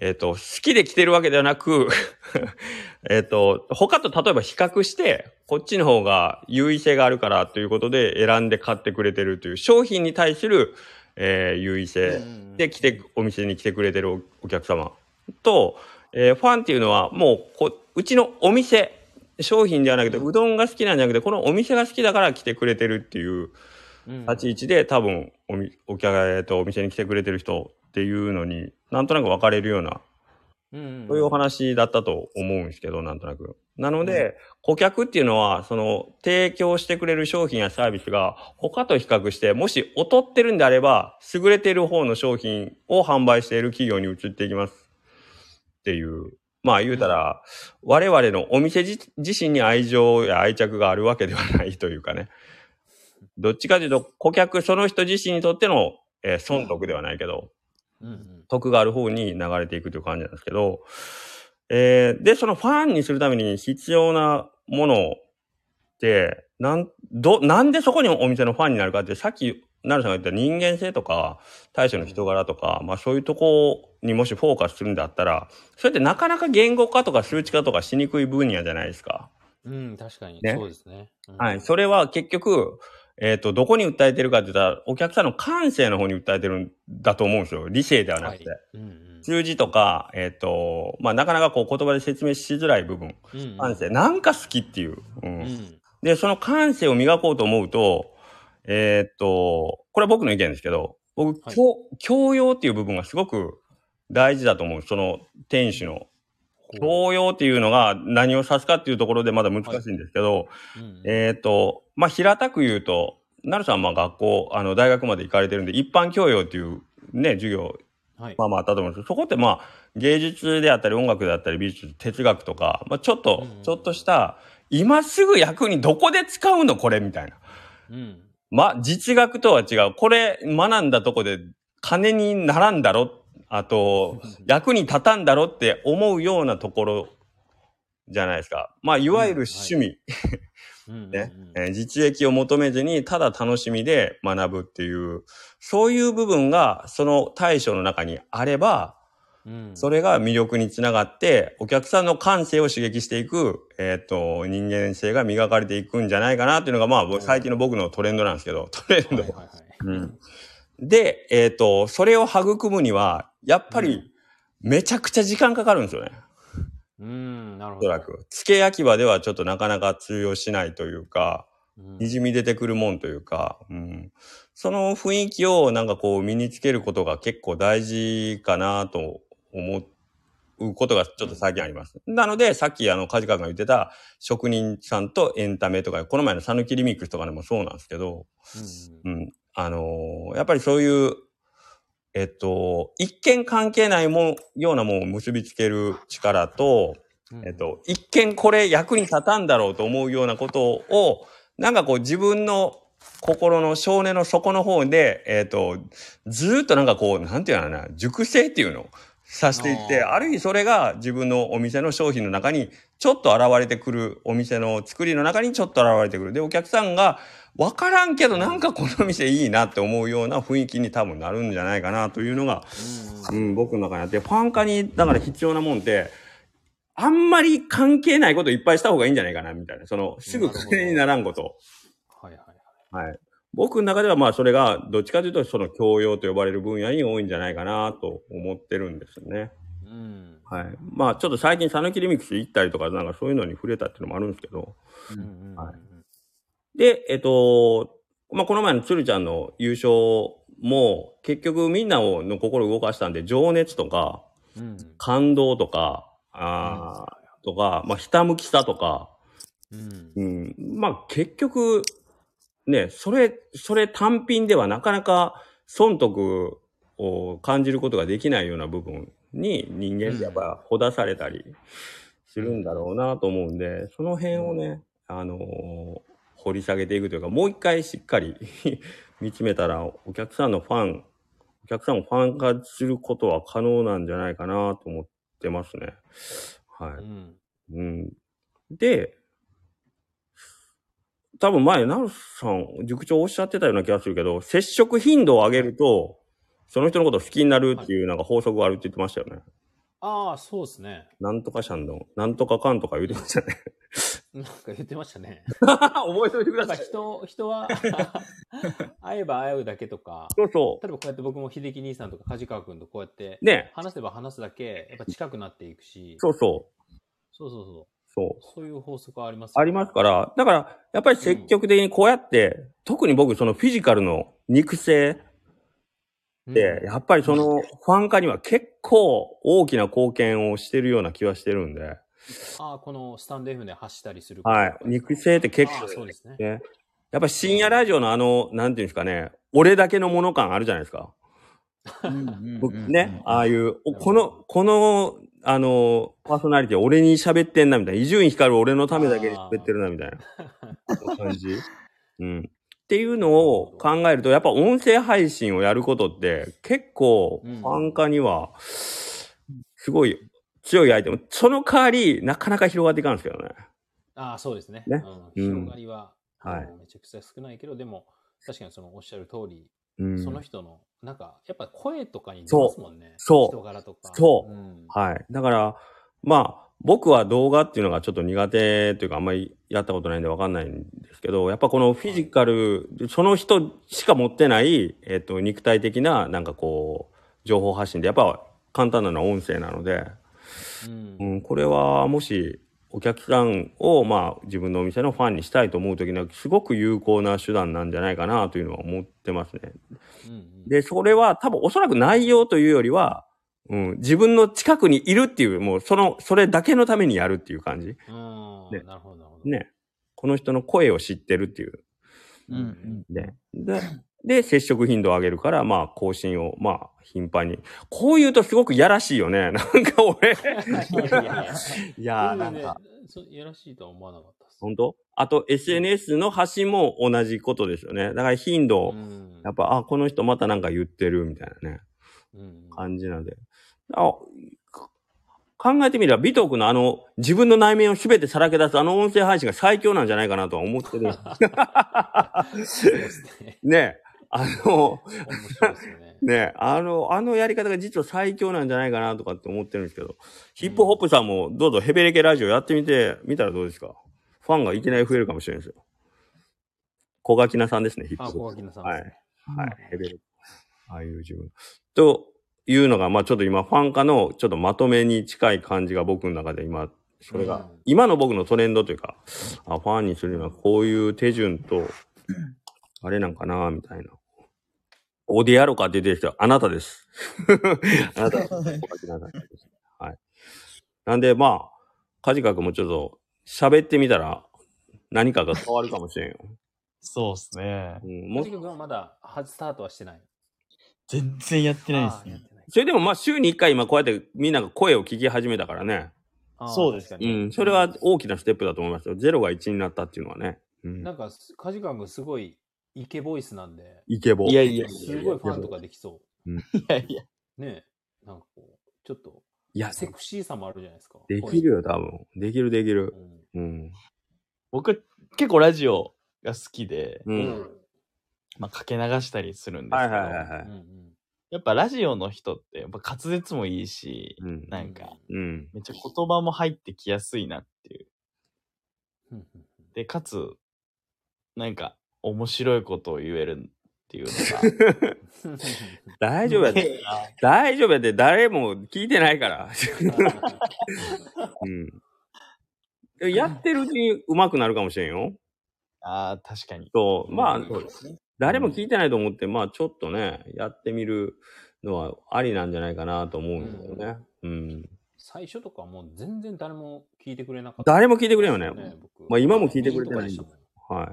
A: えっ、と、好きで来てるわけではなく、 <laughs> えっと、他と例えば比較して、こっちの方が優位性があるからということで選んで買ってくれてるという商品に対する、えー優位性で来て、お店に来てくれてるおお客様と、えーファンっていうのはもうこ、うちのお店、商品ではなくて、うどんが好きなんじゃなくて、このお店が好きだから来てくれてるっていう
B: うん
A: 立ち位置で、多分おみ、お客えーとお店に来てくれてる人っていうのに、なんとなく分かれるような
B: うん
A: そういうお話だったと思うんですけど、なんとなく。なので、顧客っていうのは、その、提供してくれる商品やサービスが、他と比較して、もし劣ってるんであれば、優れてる方の商品を販売している企業に移っていきます。っていう。まあ言うたら、我々のお店自自身に愛情や愛着があるわけではないというかね。どっちかというと、顧客その人自身にとっての、えー損得ではないけど、
B: うんうん
A: 得がある方に流れていくという感じなんですけど、えーで、そのファンにするために必要なものって、なん、ど、なんでそこにお店のファンになるかって、さっき、なるさんが言った人間性とか、対処の人柄とか、まあそういうとこにもしフォーカスするんだったら、それってなかなか言語化とか数値化とかしにくい分野じゃないですか。
B: うん、確かに。
A: ね
B: そうですね。うん
A: はい。それは結局、えっ、と、どこに訴えてるかって言ったら、お客さんの感性の方に訴えてるんだと思うんですよ。理性ではなくて。
B: はいうんうん
A: 数字とか、えっ、と、まあ、なかなかこう言葉で説明しづらい部分、
B: うんうん
A: 感性、なんか好きっていう。うん
B: うん
A: で、その感性を磨こうと思うと、えっ、と、これは僕の意見ですけど、僕、
B: はい
A: 教教養っていう部分がすごく大事だと思う。その店主の
B: こ
A: 同様っていうのが何を指すかっていうところでまだ難しいんですけど、
B: う。うんうん
A: えっ、と、まあ、平たく言うと、なるさんはまあ学校、あの、大学まで行かれてるんで、一般教養っていうね、授業、
B: はい
A: まあまああったと思うんですけど、そこってまあ、芸術であったり、音楽であったり、美術、哲学とか、まあ、ちょっと
B: うんう、ん
A: ちょっとした、今すぐ役にどこで使うのこれみたいな。
B: うん
A: ま、実学とは違う。これ、学んだとこで、金にならんだろあと、役に立たんだろって思うようなところじゃないですか。まあ、いわゆる趣味。
B: うん
A: ね
B: うん
A: えー実益を求めずにただ楽しみで学ぶっていうそういう部分がその対象の中にあれば
B: うん
A: それが魅力につながってお客さんの感性を刺激していく、えーっと人間性が磨かれていくんじゃないかなっていうのがまあ最近の僕のトレンドなんですけど <laughs> トレンド。
B: はいはいはい
A: うんで、えーっとそれを育むにはやっぱ
B: う
A: りめちゃくちゃ時間かかるんですよね。
B: うん、なるほ
A: おそ
B: ど。
A: らく。付け焼き場ではちょっとなかなか通用しないというか、
B: うん
A: にじみ出てくるもんというか、うん、その雰囲気をなんかこう身につけることが結構大事かなと思うことがちょっと最近あります。なので、さっきあの、カジカが言ってた職人さんとエンタメとか、この前のサヌキリミックスとかでもそうなんですけど、
B: うん
A: うん、あのーやっぱりそういう、えっと、一見関係ないもん、ようなもんを結びつける力と、
B: うん
A: えっと、一見これ役に立たんだろうと思うようなことを、なんかこう自分の心の少年の底の方で、えっと、ずーっとなんかこう、なんていうのかな、熟成っていうのをさしていって、
B: あー
A: ある意味それが自分のお店の商品の中にちょっと現れてくる、お店の作りの中にちょっと現れてくる。で、お客さんがわからんけどなんかこの店いいなって思うような雰囲気に多分なるんじゃないかなというのが、
B: うん
A: うん、僕の中にあって、ファン化に、だから必要なもんで、あんまり関係ないこといっぱいした方がいいんじゃないかな、みたいな。その、すぐ金にならんこと。
B: はいはいはい。
A: はい。僕の中ではまあそれが、どっちかというとその教養と呼ばれる分野に多いんじゃないかなと思ってるんですよね。
B: うん
A: はい。まあちょっと最近サヌキリミックス行ったりとか、なんかそういうのに触れたっていうのもあるんですけど。
B: うんうん
A: はい
B: うん
A: で、えっと、まあ、この前の鶴ちゃんの優勝も、結局みんなをの心を動かしたんで、情熱とか、
B: うん
A: 感動とか、あーとか、まあ、ひたむきさとか、
B: うん
A: うん、まあ、結局、ね、それ、それ単品ではなかなか損得を感じることができないような部分に人間ってやっぱほだされたりするんだろうなと思うんで、その辺をね、あのー掘り下げていくというか、もう一回しっかり <laughs> 見つめたら、お客さんのファン、お客さんをファン化することは可能なんじゃないかなと思ってますね。はい。
B: うん
A: うん。で、多分前、ナルさん、塾長おっしゃってたような気がするけど、接触頻度を上げると、その人のことを好きになるっていうなんか法則があるって言ってましたよね。
B: ああ、そうですね。
A: なんとかシャンドン、なんとかかんとか言うてましたね。
B: なんか言ってましたね。
A: <laughs> 覚えておいてく
B: な
A: だ
B: んか
A: さい。
B: 人、人は <laughs> 会えば会うだけとか、
A: そうそ
B: 例えばこうやって僕も秀樹兄さんとか梶川君とこうやって
A: う。ね。
B: 話せば話すだけ、やっぱ近くなっていくし、
A: そうそう。
B: そうそうそう。
A: そう。
B: そういう法則はありますよ
A: ありますから、だから、やっぱり積極的にこうやって、特に僕、そのフィジカルの肉声
B: うん
A: って、やっぱりそのファン化には結構大きな貢献をしてるような気はしてるんで。
B: ああ、このスタンド F で走ったりすること
A: はい。肉声って結
B: あ
A: 構
B: あ、そうですね。
A: ね。やっぱ深夜ラジオのあの、なんていうんですかね、俺だけのもの感あるじゃないですか。僕ね、ああいう、おこの、この、あの、パーソナリティ俺に喋ってんなみたいな、伊集院光る俺のためだけに喋ってるなみたいな感じ。うん。っていうのを考えると、やっぱ音声配信をやることって結構、フ
B: うん
A: ァン化には、すごい強いアイテム。その代わり、なかなか広がっていかんですけどね。
B: ああ、そうですね。
A: ね
B: うん、
A: うん
B: 広がりは、
A: はい
B: あのめちゃくちゃ少ないけど、でも、確かにそのおっしゃる通り、
A: うん。
B: その人の、なんか、やっぱ声とかに出
A: そう
B: ますもんね。
A: そう
B: 人柄とか。
A: そう
B: うん
A: はい。だから、まあ、僕は動画っていうのがちょっと苦手というか、あんまりやったことないんでわかんないんですけど、やっぱこのフィジカル、その人しか持ってない、えっと、肉体的な、なんかこう、情報発信で、やっぱ簡単なのは音声なので、
B: うん
A: うん、これはもし、お客さんを、まあ、自分のお店のファンにしたいと思うときには、すごく有効な手段なんじゃないかなというのは思ってますね。
B: うんうん
A: で、それは多分おそらく内容というよりは、うん、自分の近くにいるっていう、もうその、それだけのためにやるっていう感じ。
B: うん。
A: ね
B: なるほど、なるほど。
A: ね。この人の声を知ってるっていう。
B: うんうん。
A: ね。で、で接触頻度を上げるから、まあ、更新を、まあ、頻繁に。こう言うとすごくやらしいよね。 <laughs> なんか俺。
B: <laughs> いやいやいや
A: いやー、
B: で
A: な
B: も
A: ん
B: ね
A: か。
B: そうやらしいとは思わなかったです。
A: 本当あと SNS の発信も同じことですよね。だから頻度を、
B: うん
A: やっぱ、あ、この人またなんか言ってるみたいなね、
B: うん
A: 感じなんで。あか考えてみれば、美徳のあの、自分の内面を全てさらけ出すあの音声配信が最強なんじゃないかなとは思ってる。
B: そうですね。
A: ねえあの、
B: 面白いですよね。
A: ねえあの、あのやり方が実は最強なんじゃないかなとかって思ってるんですけど、ヒップホップさんもどうぞヘベレケラジオやってみて、みたらどうですかファンがいきなり増えるかもしれないですよ。小垣菜さんですね、ヒップ
B: あ、
A: ホップ
B: 小。垣菜さんですね。
A: はい、レベル。ああいう自分。というのが、まあちょっと今、ファン化のちょっとまとめに近い感じが僕の中で今、それ
B: う
A: が
B: ん、
A: 今の僕のトレンドというか、あファンにするにはこういう手順と、あれなんかな、みたいな。オディアロカって出てきたあなたです。 <laughs> あなたです。はい。なんで、まあ、カジカ君もちょっと喋ってみたら、何かが変わるかもしれんよ。
C: <laughs> そうっすね
A: う。ん、も
B: も
A: う
B: じくんはまだ初スタートはしてない。
C: 全然やってないで
B: あ
C: す
B: ーや
A: <laughs>
C: ね
B: っ。てない
A: それでもまあ週に1回今こうやってみんなが声を聞き始めたからね。
B: あー
C: そうです
B: 確
A: う
B: かに
A: ん。それは大きなステップだと思いますよ。ゼロが1になったっていうのはね。うん
B: な。んか、カジカンがすごいイケボイスなんで、
A: イケボ。
C: いやいや
B: すごいファンとかできそ
C: いやいや。
B: う。ねえ。なんかこう、ちょっと、
A: いや、
B: セクシーさもあるじゃないですか。
A: できるよ、多分。できるできる。
B: 声。うん
A: うん。
C: 僕、結構ラジオが好きで、
A: う。
B: うんん
C: まあ、かけ流したりするんです
A: は
C: け
A: い
C: ど、
A: はいはい
B: うんう
A: はい。
B: ん
C: やっぱラジオの人って、やっぱ滑舌もいいし、
A: うん。
C: なんか、
A: うん。
C: めっちゃ言葉も入ってきやすいなっていう。
B: うんうん
C: で、かつ、なんか、面白いことを言えるっていうのが。
A: <laughs> 大丈夫や
C: <laughs>
A: で。大丈夫やで。誰も聞いてないから。うん。やってるうちに上手くなるかもしれんよ。
C: ああ、確かに。
A: そう。まあ、
C: そうですね。
A: 誰も聞いてないと思って、まあちょっとね、やってみるのはありなんじゃないかなと思うんですよね。うん。
B: 最初とかもう全然誰も聞いてくれなかった。
A: 誰も聞いてくれんよね。
B: 僕
A: まあ今も聞いてくれてないんだ
B: とかでしたもん
A: は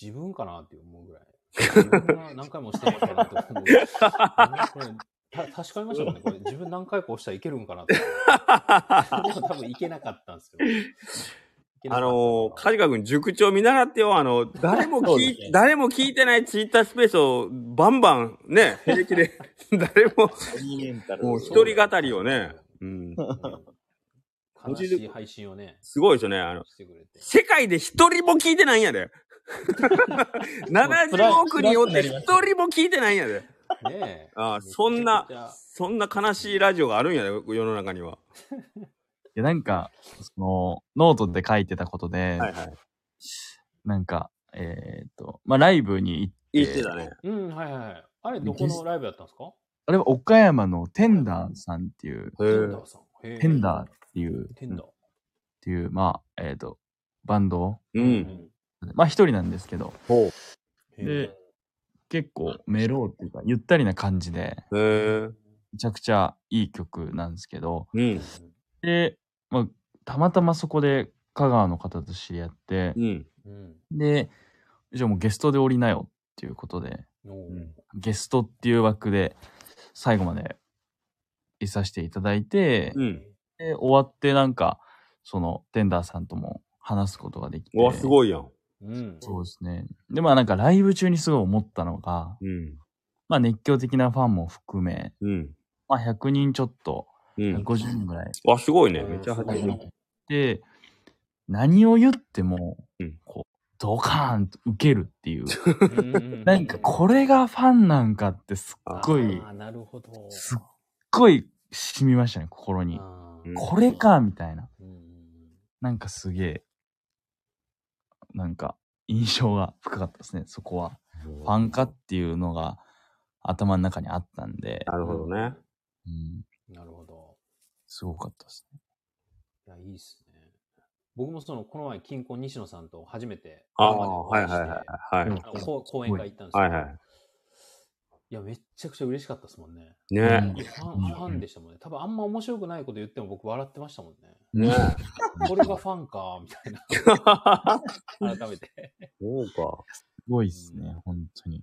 B: 自分かなって思うぐらい。自分が何回も押してるのかなと思うぐらい。これた確かめましたもんね。これ自分何回か押したらいけるんかなって。でも多分いけなかったんですよ。
A: い。あのー、カジカ君、塾長見習ってよ。あの、誰も
C: そう
A: 聞
C: で
A: い、
C: すね
A: 誰も聞いてないツイッタースペースをバンバン、ね、平気で、誰も、
C: いいメンタル
A: もう
C: で
A: 一
C: す。
A: 人語りをね、うん。
B: うん悲しい配信をね、
A: すごいですよね。あの、
B: してくれて。
A: 世界で一人も聞いてないんやで。70億人おって一人も聞いてないんやで。
B: ねえ。
A: ああ
B: めちゃくちゃ
A: そんなそんな悲しいラジオがあるんやで、世の中には。
C: でなんか、その、ノートで書いてたことで、
A: はいはい。
C: なんか、えーっと、まあ、ライブに行っ
A: 言
C: て、
A: ってたね。
B: うん、はいはいはい。あれ、どこのライブやったんですか
C: あれは岡山のテンダーさんってい
A: へ
C: う、
B: テ
A: え
B: ンダーさん。
C: テンダーっていう、
B: ー。テンダー。
C: っていう、まあ、えっ、と、バンド、
A: う。。
B: うん
C: まあ一人なんですけど、
A: ほ
B: へえ
C: で結構メローっていうか、ゆったりな感じで、
A: う。へえ。
C: めちゃくちゃいい曲なんですけど、
A: うん。
C: で、まあ、たまたまそこで香川の方と知り合って
A: う、ん。
B: うん。
C: で、じゃあもうゲストで降りなよっていうことで、
B: お
A: うん
B: ー
C: ゲストっていう枠で最後までいさせていただいて、
A: うん。
C: で終わってなんか、その、テンダーさんとも話すことができて。
A: うわ、すごいやん。
B: うん。
C: そうですね。で、まあなんかライブ中にすごい思ったのが、
A: うん。
C: まあ熱狂的なファンも含め、
A: うん。
C: まあ100人ちょっと、
A: うん。
C: 150人ぐらい
A: わ、すごいね。めっちゃ初め
B: うん
A: て。
C: で、何を言っても
A: うん、
C: こう、ドカーンと受けるっ
A: <laughs>
C: ていう。
B: うんうんうん
C: なんかこれがファンなんかってすっごい、すっ
B: ああ、なるほど。
C: すっごい染みましたね、心に。
B: あ
A: うん
B: ー
C: これか、みたいな。
B: うん
C: なんかすげえ、なんか印象が深かったですね、そこは。ファン化っていうのが頭の中にあったんで、
A: なるほどね。
C: うん、
B: なるほど。
C: すごかったですね。
B: いや、いいっすね。僕もその、この前、金婚西野さんと初めて、
A: あ
B: 生で
A: あ、
B: お
A: は
B: 会
A: い
B: いして
A: はいはい。はい。
B: あのこう講演会行ったんですけど、
A: はいはい
B: いや、めっちゃくちゃ嬉しかったですもんね。
A: ね
B: ファ
C: うん
B: ン、ファンでしたもんね。多分あんま面白くないこと言っても僕笑ってましたもんね。
A: ね
B: これがファンか、みたいな。改めて。
A: そうか。
C: すごいっすね、本当に。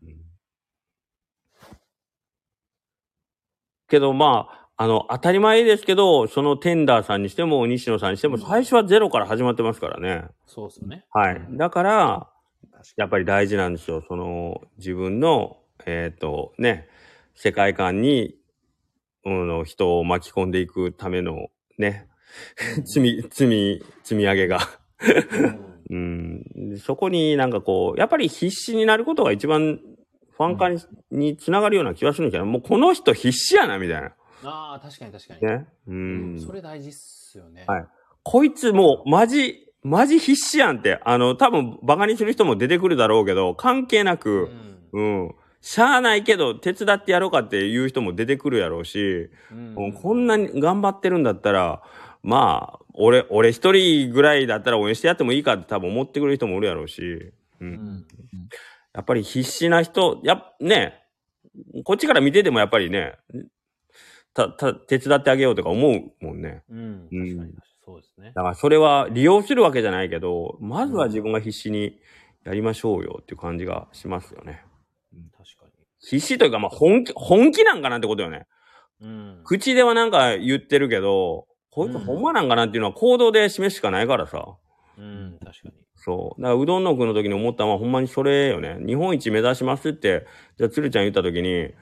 A: けどまあ、あの、当たり前ですけど、そのテンダーさんにしても、西野さんにしても、
B: うん
A: 最初はゼロから始まってますからね。
B: そうっすよね。
A: はい。だから、
B: 確
A: やっぱり大事なんですよ。その、自分の、えっ、と、ね、世界観に、うん、人を巻き込んでいくための、ね、積み、積み、積み上げが。
B: に。
A: うん。そこになんかこう、やっぱり必死になることが一番、ファン化に,、につながるような気がするんですよね。もうこの人必死やな、みたいな。
B: ああ、確かに確かに。
A: ね。う
B: うん
A: ん。
B: それ大事っすよね。
A: はいこいつもう、マジ、マジ必死やんって、あの、多分、バカにする人も出てくるだろうけど、関係な
B: う
A: く、
B: ん。
A: うん。しゃあないけど、手伝ってやろうかっていう人も出てくるやろうし、
B: う
A: こんなに頑張ってるんだったら、まあ、俺、俺一人ぐらいだったら応援してやってもいいかって多分思ってくれる人もおるやろうし、う。
B: うんん。
A: やっぱり必死な人、やっ、ね、こっちから見ててもやっぱりね、た、た、手伝ってあげようとか思うもんね。
B: うん。
A: うん
B: 確かに。そうですね。
A: だからそれは利用するわけじゃないけど、まずは自分が必死にやりましょうよっていう感じがしますよね。
B: 確か
A: 必死というか、まあ本気、本気なんかなってことよね。
B: に。うん。
A: 口ではなんか言ってるけど、こいつ
B: うん
A: ほんまなんかなっていうのは行動で示すしかないからさ。
B: うん。確かに。
A: そう。だからうどんのくんの時に思ったのはほんまにそれよね。日本一目指しますって、じゃあ鶴ちゃん言った時に、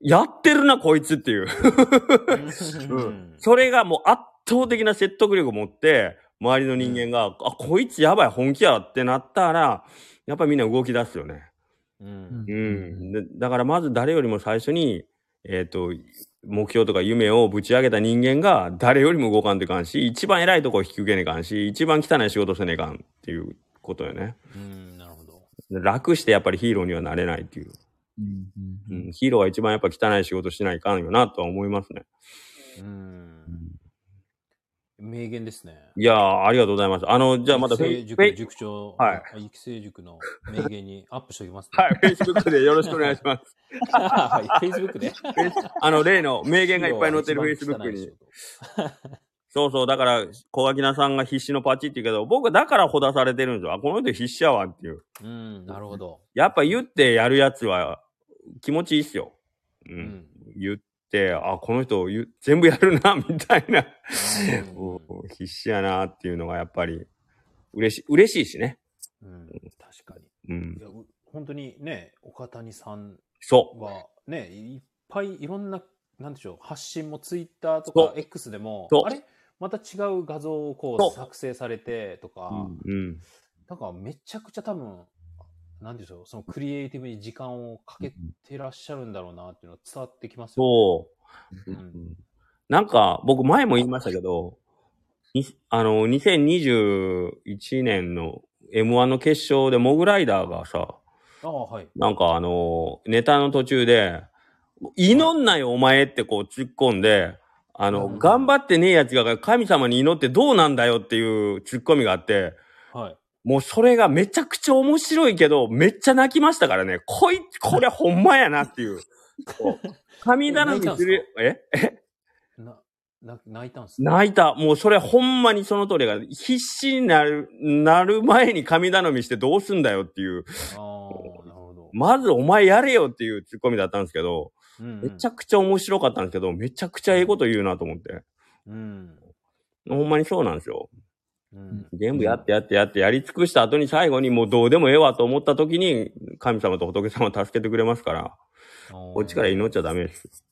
A: やってるなこいつっていう。 <laughs>
B: うん
A: それがもう圧倒的な説得力を持って、周りの人間が、あ、こいつやばい、本気やってなったら、やっぱりみんな動き出すよね。
B: うん。
A: うん。でだからまず誰よりも最初に、えっ、と、目標とか夢をぶち上げた人間が誰よりも動かんといかんし、一番偉いとこ引き受けねえかんし、一番汚い仕事せねえかんっていうことよね。
B: うん。なるほど。
A: で楽してやっぱりヒーローにはなれないっていう。
C: うんう
A: うんん、ヒーローは一番やっぱ汚い仕事しないかんよなとは思いますね。
B: うん。名言ですね。
A: いやー、ありがとうございます。あの、じゃあまた
B: 育
A: フェ
B: 成
A: イ、フェ
B: 塾
A: イ
B: 塾長、。
A: はい
B: 育成塾の名言にアップしておきます、
A: はい、Facebook でよろしくお願いします。
B: <laughs> はい。Facebook で。
A: あの、例の名言がいっぱい載ってる Facebook に。。そうそう、だから、小垣菜さんが必死のパチって言うけど、僕だからほだされてるんですよ。あ、この人必死やわっていう。
B: うん。なるほど。
A: やっぱ言ってやるやつは気持ちいいっすよ。うん。
B: うん。
A: 言って、あ、この人言う全部やるな、 <laughs> みたいな。
B: うん
A: 必死やなっていうのがやっぱり、嬉しい、嬉しいしね。
B: うん。確かに。
A: うん
B: い。や、う本当にね、岡谷さん
A: そう。
B: はね、いっぱいいろんな、なんでしょう、発信もツイッターと
A: そう
B: か X でも
A: そう、
B: あれまた違う画像をこ
A: そう
B: う作成されてとか、
A: うん。
B: なんかめちゃくちゃ多分、なんでしょう、そのクリエイティブに時間をかけてらっしゃるんだろうなっていうのは伝わってきますよね。
A: そう。
B: う
A: なんか、僕前も言いましたけど、にあの、2021年の M1 の決勝でモグライダーがさ、
B: ああ、はい。
A: なんかあの、ネタの途中で、祈んないお前ってこう突っ込んで、あの、
B: うん
A: 頑張ってねえやつが神様に祈ってどうなんだよっていう突っ込みがあって、
B: はい。
A: もうそれがめちゃくちゃ面白いけど、めっちゃ泣きましたからね、こい、これほんまやなっていう。こう神頼みする、え
B: な、な泣いたんすね
A: 泣いた。もうそれほんまにその通りが、必死になる、なる前に神頼みしてどうすんだよっていう、
B: ああ、なるほど。
A: まずお前やれよっていうツッコミだったんですけど、
B: うん
A: めちゃくちゃ面白かったんですけど、めちゃくちゃええこと言うなと思って。
B: うん。
A: ほんまにそうなんですよ。
B: うん。
A: 全部やってやってやってやり尽くした後に最後にもうどうでもええわと思った時に、神様と仏様助けてくれますから、こっちから
B: い
A: 祈っちゃダメです。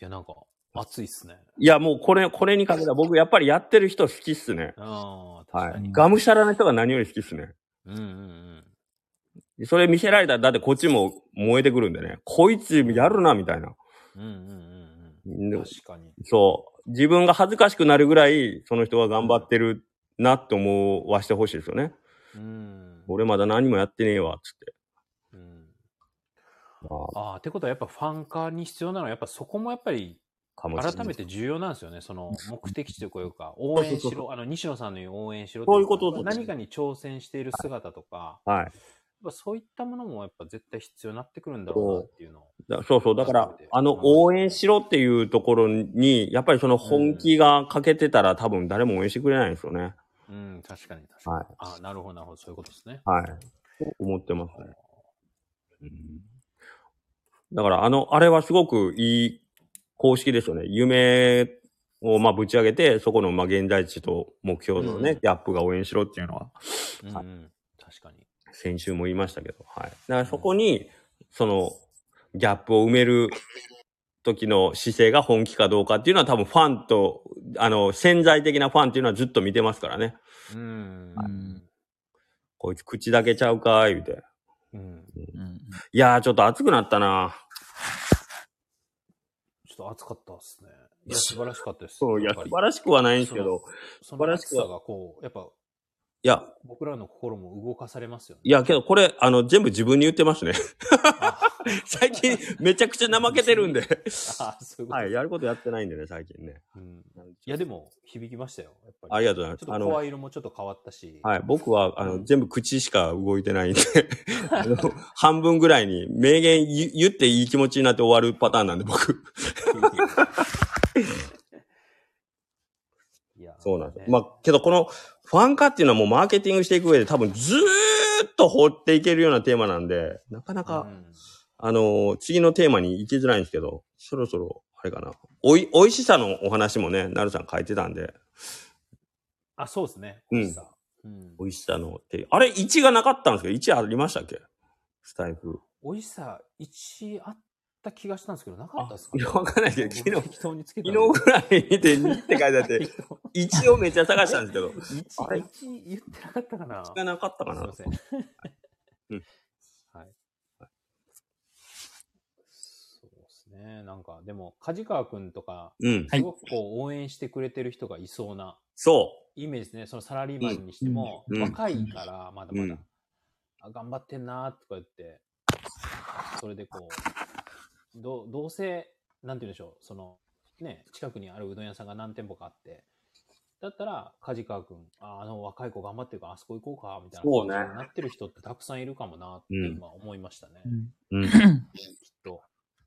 B: や、なんか、熱いっすね。
A: いや、もうこれ、これにかけた僕やっぱりやってる人好きっすね。
B: ああ、
A: は
B: 確か
A: い
B: に。。
A: がむしゃらな人が何より好きっすね。
B: うんうん
A: それ見せられたら、だってこっちも燃えてくるんでね。こいつやるな、みたいな。
B: うん。うんうんうん
A: で
B: うん。確かに。
A: そう。自分が恥ずかしくなるぐらい、その人が頑張ってるなって思わしてほしいですよね。
B: うん。
A: 俺まだ何もやってねえわ、つって。
B: うん、
A: あ
B: ああ、ってことはやっぱファン化に必要なのは、やっぱそこもやっぱり
A: あ、かもしれない。
B: 改めて重要なんですよね。その目的地というか、応援しろ、あの、西野さんの言う応援しろ
A: そういうこと
B: とか何かに挑戦している姿とか、
A: はい。
B: ぱそういったものもやっぱ絶対必要になってくるんだろうなっていうのを。
A: だそうそう。だから、あの、応援しろっていうところに、やっぱりその本気が欠けてたら、多分誰も応援してくれないんですよね。
B: うん、確かに確かに。
A: はい
B: あ、なるほど、なるほど。そういうことですね。
A: はい。そう思ってますね。だから、あの、あれはすごくいい公式ですよね。夢を、まあ、ぶち上げて、そこの、まあ、現在地と目標のね、
B: うん
A: ギャップが応援しろっていうのは、
B: うん、
A: は
B: うん確かに。
A: 先週も言いましたけど、はい。だから、そこに、その、ギャップを埋める時の姿勢が本気かどうかっていうのは、多分ファンと、あの、潜在的なファンっていうのはずっと見てますからね。
B: うん。
A: こいつ口だけちゃうかー、言うて。
B: うん。
C: うん
A: いやー、ちょっと熱くなったな
B: ちょっと暑かったですね。いや、素晴らしかったです。
A: そう、いや、
B: っ
A: 素
B: ぱり
A: 晴らしくはないんですけど。
B: そ
A: 素晴
B: の
A: らし
B: 暑
A: くは
B: さがこう、やっぱ
A: いや、
B: 僕らの心も動かされますよね。
A: いや、けどこれ、あの、全部自分に言ってますね。
B: <laughs>
A: <laughs>
B: あ、
A: 最近、めちゃくちゃ怠けてるんで。
B: あそういうこと。
A: <laughs> はい、やることやってないんでね、最近ね。
B: うん、いや、でも響きましたよ。やっぱり
A: ありがとうございます
B: ちょっと声色もちょっと変わったし。
A: はい、僕は、あ
B: う
A: の、
B: ん
A: 全部口しか動いてないんで、 <laughs> あの、半分ぐらいに、名言言言っていい気持ちになって終わるパターンなんで、僕。
B: <laughs> いや、
A: そうなんです。
B: ね
A: まあ、けどこの、ファン化っていうのはもうマーケティングしていく上で多分ずーっと掘っていけるようなテーマなんで、なかなか、
B: うん
A: あのー次のテーマに行きづらいんですけど、そろそろ、あれかな。おい、美味しさのお話もね、なるさん書いてたんで、
B: あ、そうですね。
A: うん
B: 美味しさうん
A: 美味しさのって、あれ、1がなかったんですけど、1ありましたっけスタイフ。
B: 美味しさ、1あった気がしたんですけど、なかったですか
A: あいやわかんないけど
B: 僕
A: 昨日
B: 適当につけたんで
A: 昨日ぐらい見て2って書いてあって、1をめっ
B: <laughs>
A: ちゃ探したんですけど、
B: 一
A: あれ
B: 一言ってなかったかな
A: 1がなかったか
B: すいま
A: な。
B: せ
A: う
B: ん。 <laughs>
A: ん
B: はい。そうですね。なんか、でも、梶川くんとか、
A: うん。
C: はい
B: すごくこう応援してくれてる人がいそうな
A: そ
B: イメージですね。そのサラリーマンにしても、
A: うんうん
B: 若いから、まだまだ、
A: うん
B: あ、頑張ってんなーとか言って、それでこう、どうどうせ、なんて言うんでしょう、その、ね、近くにあるうどん屋さんが何店舗かあって、だったら、梶川くん、ああの若い子頑張ってるから、あそこ行こうか、みたいな
A: そうね
B: 感じになってる人ってたくさんいるかもなって
A: うん
B: 今思いましたね。
A: う。うん。
B: きっと。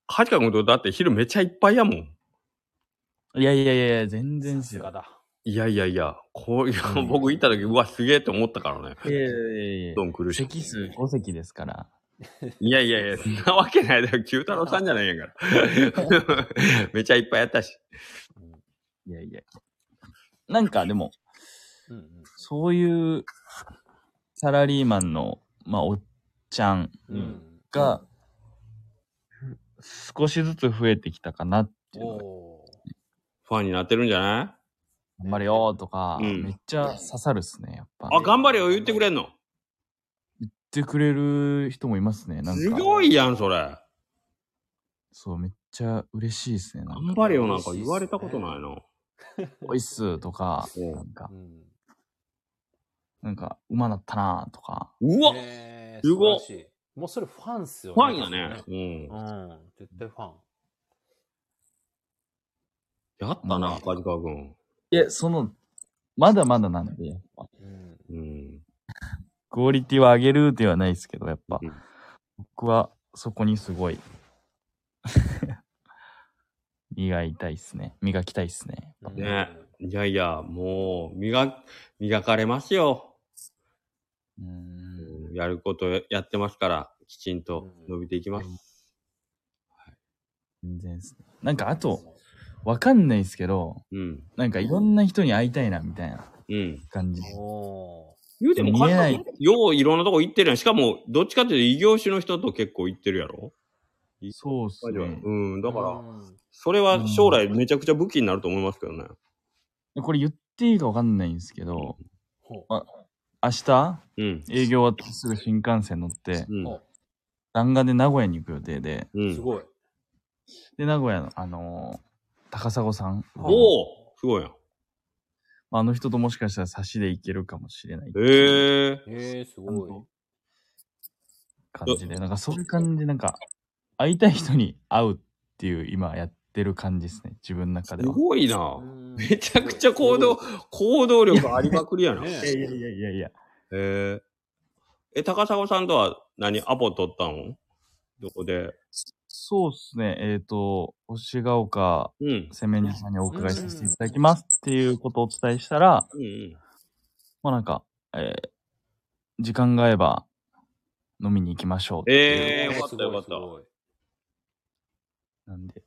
A: カジカ君とだって昼めっちゃいっぱいやもん。
C: いやいやいやいや、全然
B: さ
C: ですすよ
B: が。だ。
A: いやいやいや、こう、いや
C: うん
A: 僕行った時、うわ、すげえって思ったからね。
C: いやいやいやい
A: ど
C: や。
A: ん苦しい。
C: 席数5席ですから。
A: いやいやいや、そんなわけないだろ。九太郎さんじゃないんや <laughs> から。めちゃいっぱいやったし。
B: うん
C: いやいや。なんかでも、
B: うんうん
C: そういうサラリーマンの、まあ、おっちゃん
A: うん
B: うん
C: が、少しずつ増えてきたかなっていうのが
B: おー
A: ファンになってるんじゃない
C: 頑張れよーとか、
A: うん
C: めっちゃ刺さるっすね、やっぱ。
A: あ、
C: 言っ
A: 頑張れよ、言ってくれんの。
C: てくれる人もいますね、なんか。
A: すごいやん、それ。
C: そう、めっちゃ嬉しいっすね、なんか。
A: 頑張れよなんか言われたことないな。
C: おいっすとか、
A: うん
C: なんか
B: う、ん
C: なんか、馬だったなーとか。
A: うわ
B: えー
A: すごっ
B: 素晴らしいもうそれファンっすよ
A: ファンやね。うん
B: う。ん、絶対ファン。
A: やったな、梶川くん。
C: いや、その、まだまだなんで、やっぱ
B: うん、
A: うん。
C: クオリティは上げるではないですけど、やっぱ、
A: うん
C: 僕はそこにすごい <laughs> 磨いたいっすね。磨きたいっすね。
A: ねいやいや、もう、磨、磨かれますよ。
C: う
A: うんやることやってますから、きちんと伸びていきます。
C: 全然っすね。なんかあと、
B: そ
C: わかんないっすけど、
A: うん。
C: なんかいろんな人に会いたいな、みたいな
A: うん。
C: 感じ。
B: う。お
A: 言うても、
C: 見えな
A: 梶
C: い
A: 川君よういろんなとこ行ってるやん。しかも、どっちかっていうと異業種の人と結構行ってるやろ
C: そうっす
A: 梶川
C: ね。
A: うん。
B: ー
A: だから、
B: うん
A: それは将来めちゃくちゃ武器になると思いますけどね。
C: これ言っていいかわかんないんですけど、
B: ほう
C: あ明日、
A: うん。
C: 営業終わってすぐ新幹線乗って、
A: うん
B: ほ
C: 弾丸で名古屋に行く予定で、
A: う
B: うす
A: ん。
B: ごい。
C: で、名古屋の、あのー高砂さん。
A: おおすごいやん。
C: あの人ともしかしたら差しでいけるかもしれない。
A: へえ。
B: えー、す
C: ちゃん
B: ごい
C: と。感じで、なんかそういう感じで、なんか、会いたい人に会うっていう、今やってる感じですね、自分の中
A: す
C: では。
A: ごいな。め
B: め
A: ちゃくちゃ行動、行動力ありまくりやな。
B: ね
A: <laughs> へ
B: え
C: いやいやいやいや、
A: え。え、高砂さんとは何アポ取ったのどこで
C: そうですね。えっ、と、星ヶ丘
A: うん。
C: 洗面所さんにお伺いさせていただきますっていうことをお伝えしたら、
A: うんうん。
C: まあなんか、えー時間が合えば飲みに行きましょうっていう。
A: えーよかったよかった
B: すごい
C: なんで、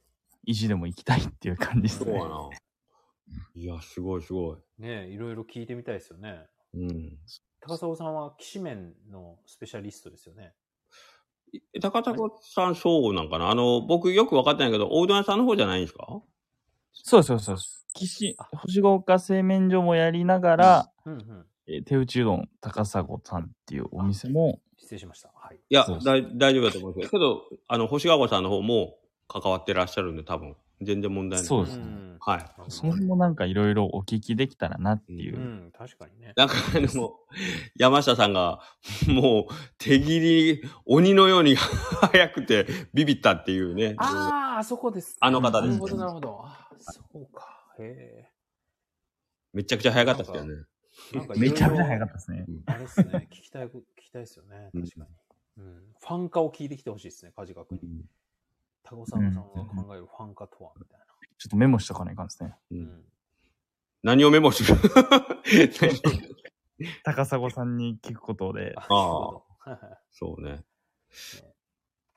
C: 意地でも行きたいっていう感じです
A: そう
C: ね
A: や。な。いや、すごいすごい。
B: すごいねいろいろ聞いてみたいですよね。
A: うん。
B: 高砂さんは、きしめんのスペシャリストですよね。
A: え高砂さん、そうなんかなあの、僕よく分かってないけど、おうどん屋さんの方じゃないんですか
C: そうそうそうです。岸、星ヶ丘製麺所もやりながら、
B: うんうん。
C: えー手打ちうどん高砂さんっていうお店も、
B: 失礼しました。はい。
A: いや
C: そうそ、う
A: だい大丈夫だと思うんですけど、けど、あの、星ヶ子さんの方も関わってらっしゃるんで、多分、全然問題ない。
C: そう
B: う
C: ですね
B: ん。
A: はい。
C: その辺もなんかいろいろお聞きできたらなっていうう。
B: ん、確かにね。
A: なんか、あの、山下さんが、もう、手切り、鬼のように早くて、ビビったっていうね。
B: ああ、あそこです。
A: あの方です
B: なるほど、なるほど。ああ、そうか。へ
A: めちゃくちゃ早かったですけどね。
B: え。なんか
C: めちゃめちゃ早か
B: っ
C: ったですね。
B: た。あれですね。聞きたいこ、聞きたいですよね。
A: うん
B: 確かに。うん。ファン化を聞いてきてほしいですね、カジカ君に。タコさんさんが考えるファン化とは、みたいな。
C: ちょっとメモしとかないかんですね。
A: うん
B: うん。
A: 何をメモする <laughs>
C: 高砂さんに聞くことで。
B: あ <laughs> そういうこ
A: そうね。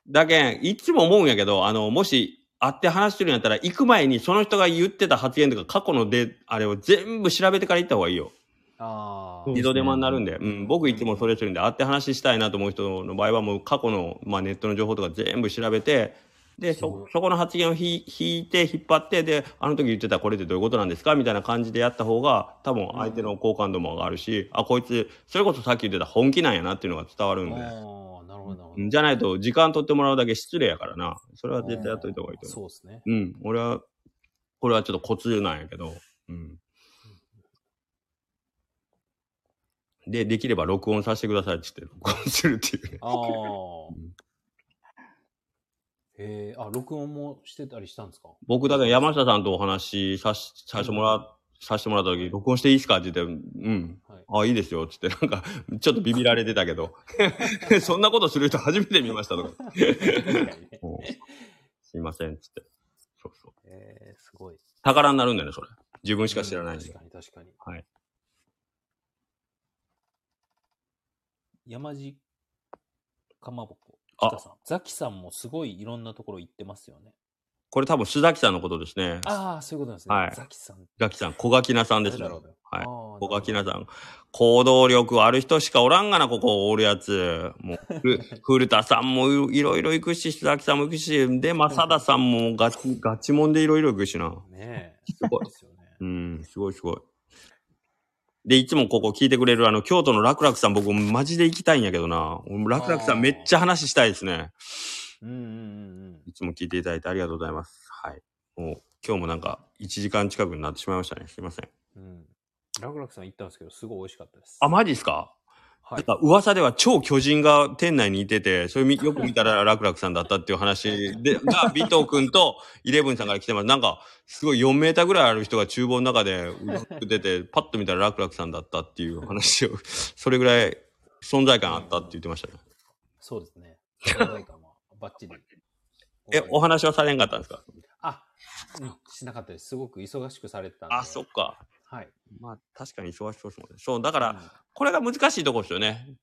A: だけん、いつも思うんやけど、あの、もし、会って話してるんやったら、行く前にその人が言ってた発言とか、過去ので、あれを全部調べてから行った方がいいよ。
B: とあ
C: そう
A: 二
C: です
A: 度
C: ね
A: 手間になるんで、うん、僕いつもそれするんで、会って話したいなと思う人の場合は、もう過去の、まあ、ネットの情報とか全部調べて、で、そ、そこの発言をひ引いて、引っ張って、で、あの時言ってたこれってどういうことなんですかみたいな感じでやった方が、多分相手の好感度も上がるし、あ、こいつ、それこそさっき言ってた本気なんやなっていうのが伝わる
B: あ。
A: んで。
B: ああ、なるほど、なるほ
A: うん
B: ど。
A: じゃないと、時間取ってもらうだけ失礼やからな。それは絶対やっといた方がいいと思
B: そうですね。
A: う。うん、俺は、これはちょっとコツなんやけど、うん。で、できれば録音させてくださいって言って、録音するっていうね。 <laughs>
B: ああ
A: ん。
B: ええあ、録音もしてたりしたん
A: <laughs>
B: ですか
A: 僕、だから山下さんとお話しさしさせてもら、させてもらった時、録音していいですかって言って、うん。
B: はい。
A: あ、いいですよ。って言って、なんか、ちょっとビビられてたけ
B: <laughs>
A: ど、そんなことする人初めて見ましたとか。
B: 確かにね
A: もうすいません。つって。そうそう。
B: えー、すごい。
A: 宝になるんだよね、それ。自分しか知らないんで
B: 確。かに確かに。
A: はい。
B: 山地かまぼこ。
A: あ
B: 北さん。ザキさんもすごいいろんなところ行ってますよね。
A: これ多分、須崎さんのことですね。
B: ああ、そういうことなんですね。
A: はい
B: ザキさん。
A: 須崎さん、小垣菜さんですね。
B: 誰だろ
A: 小
B: うね
A: はい
B: ああ
A: 垣
B: な
A: 菜
B: る
A: さん。行動力ある人しかおらんがな、ここおるやつ。もう、ふ古田さんもいろいろ行くし、須崎さんも行くし、で、正田さんもガチ、ガチもんでいろいろ行くしな。
B: ほど
A: <laughs>
B: ねえ。
A: ごい
B: ですよね。
A: うん、すごいすごい。で、いつもここ聞いてくれる、あの、京都の楽楽さん、僕、マジで行きたいんやけどな。楽楽さ
B: あ
A: ん、
B: ー
A: めっちゃ話したいですね。
B: うんうんうんうん。
A: いつも聞いていただいてありがとうございます。はい。もう、今日もなんか、1時間近くになってしまいましたね。すいません。
B: うん。ラクラクさん行ったんですけど、すごい美味しかったです。
A: あ、マジですか
B: は
A: なん
B: い。
A: か噂では超巨人が店内にいてて、それみよく見たら楽々さんだったっていう話 <laughs> で、が、尾藤くんとイレブンさんから来てます。なんか、すごい4メーターぐらいある人が厨房の中でうずく出て、パッと見たら楽々さんだったっていう話を、 <laughs> それぐらい存在感あったって言ってましたね。
B: そうですね。存在感はバッチリ。
A: え、お話はされんかったんですか
B: あ、うん、しなかったです。すごく忙しくされてたんで。
A: あ、そっか。
B: はい。
A: まあ、確かに忙しそうですもんね。そう、だか、、
B: から
A: これが難しいとこですよね。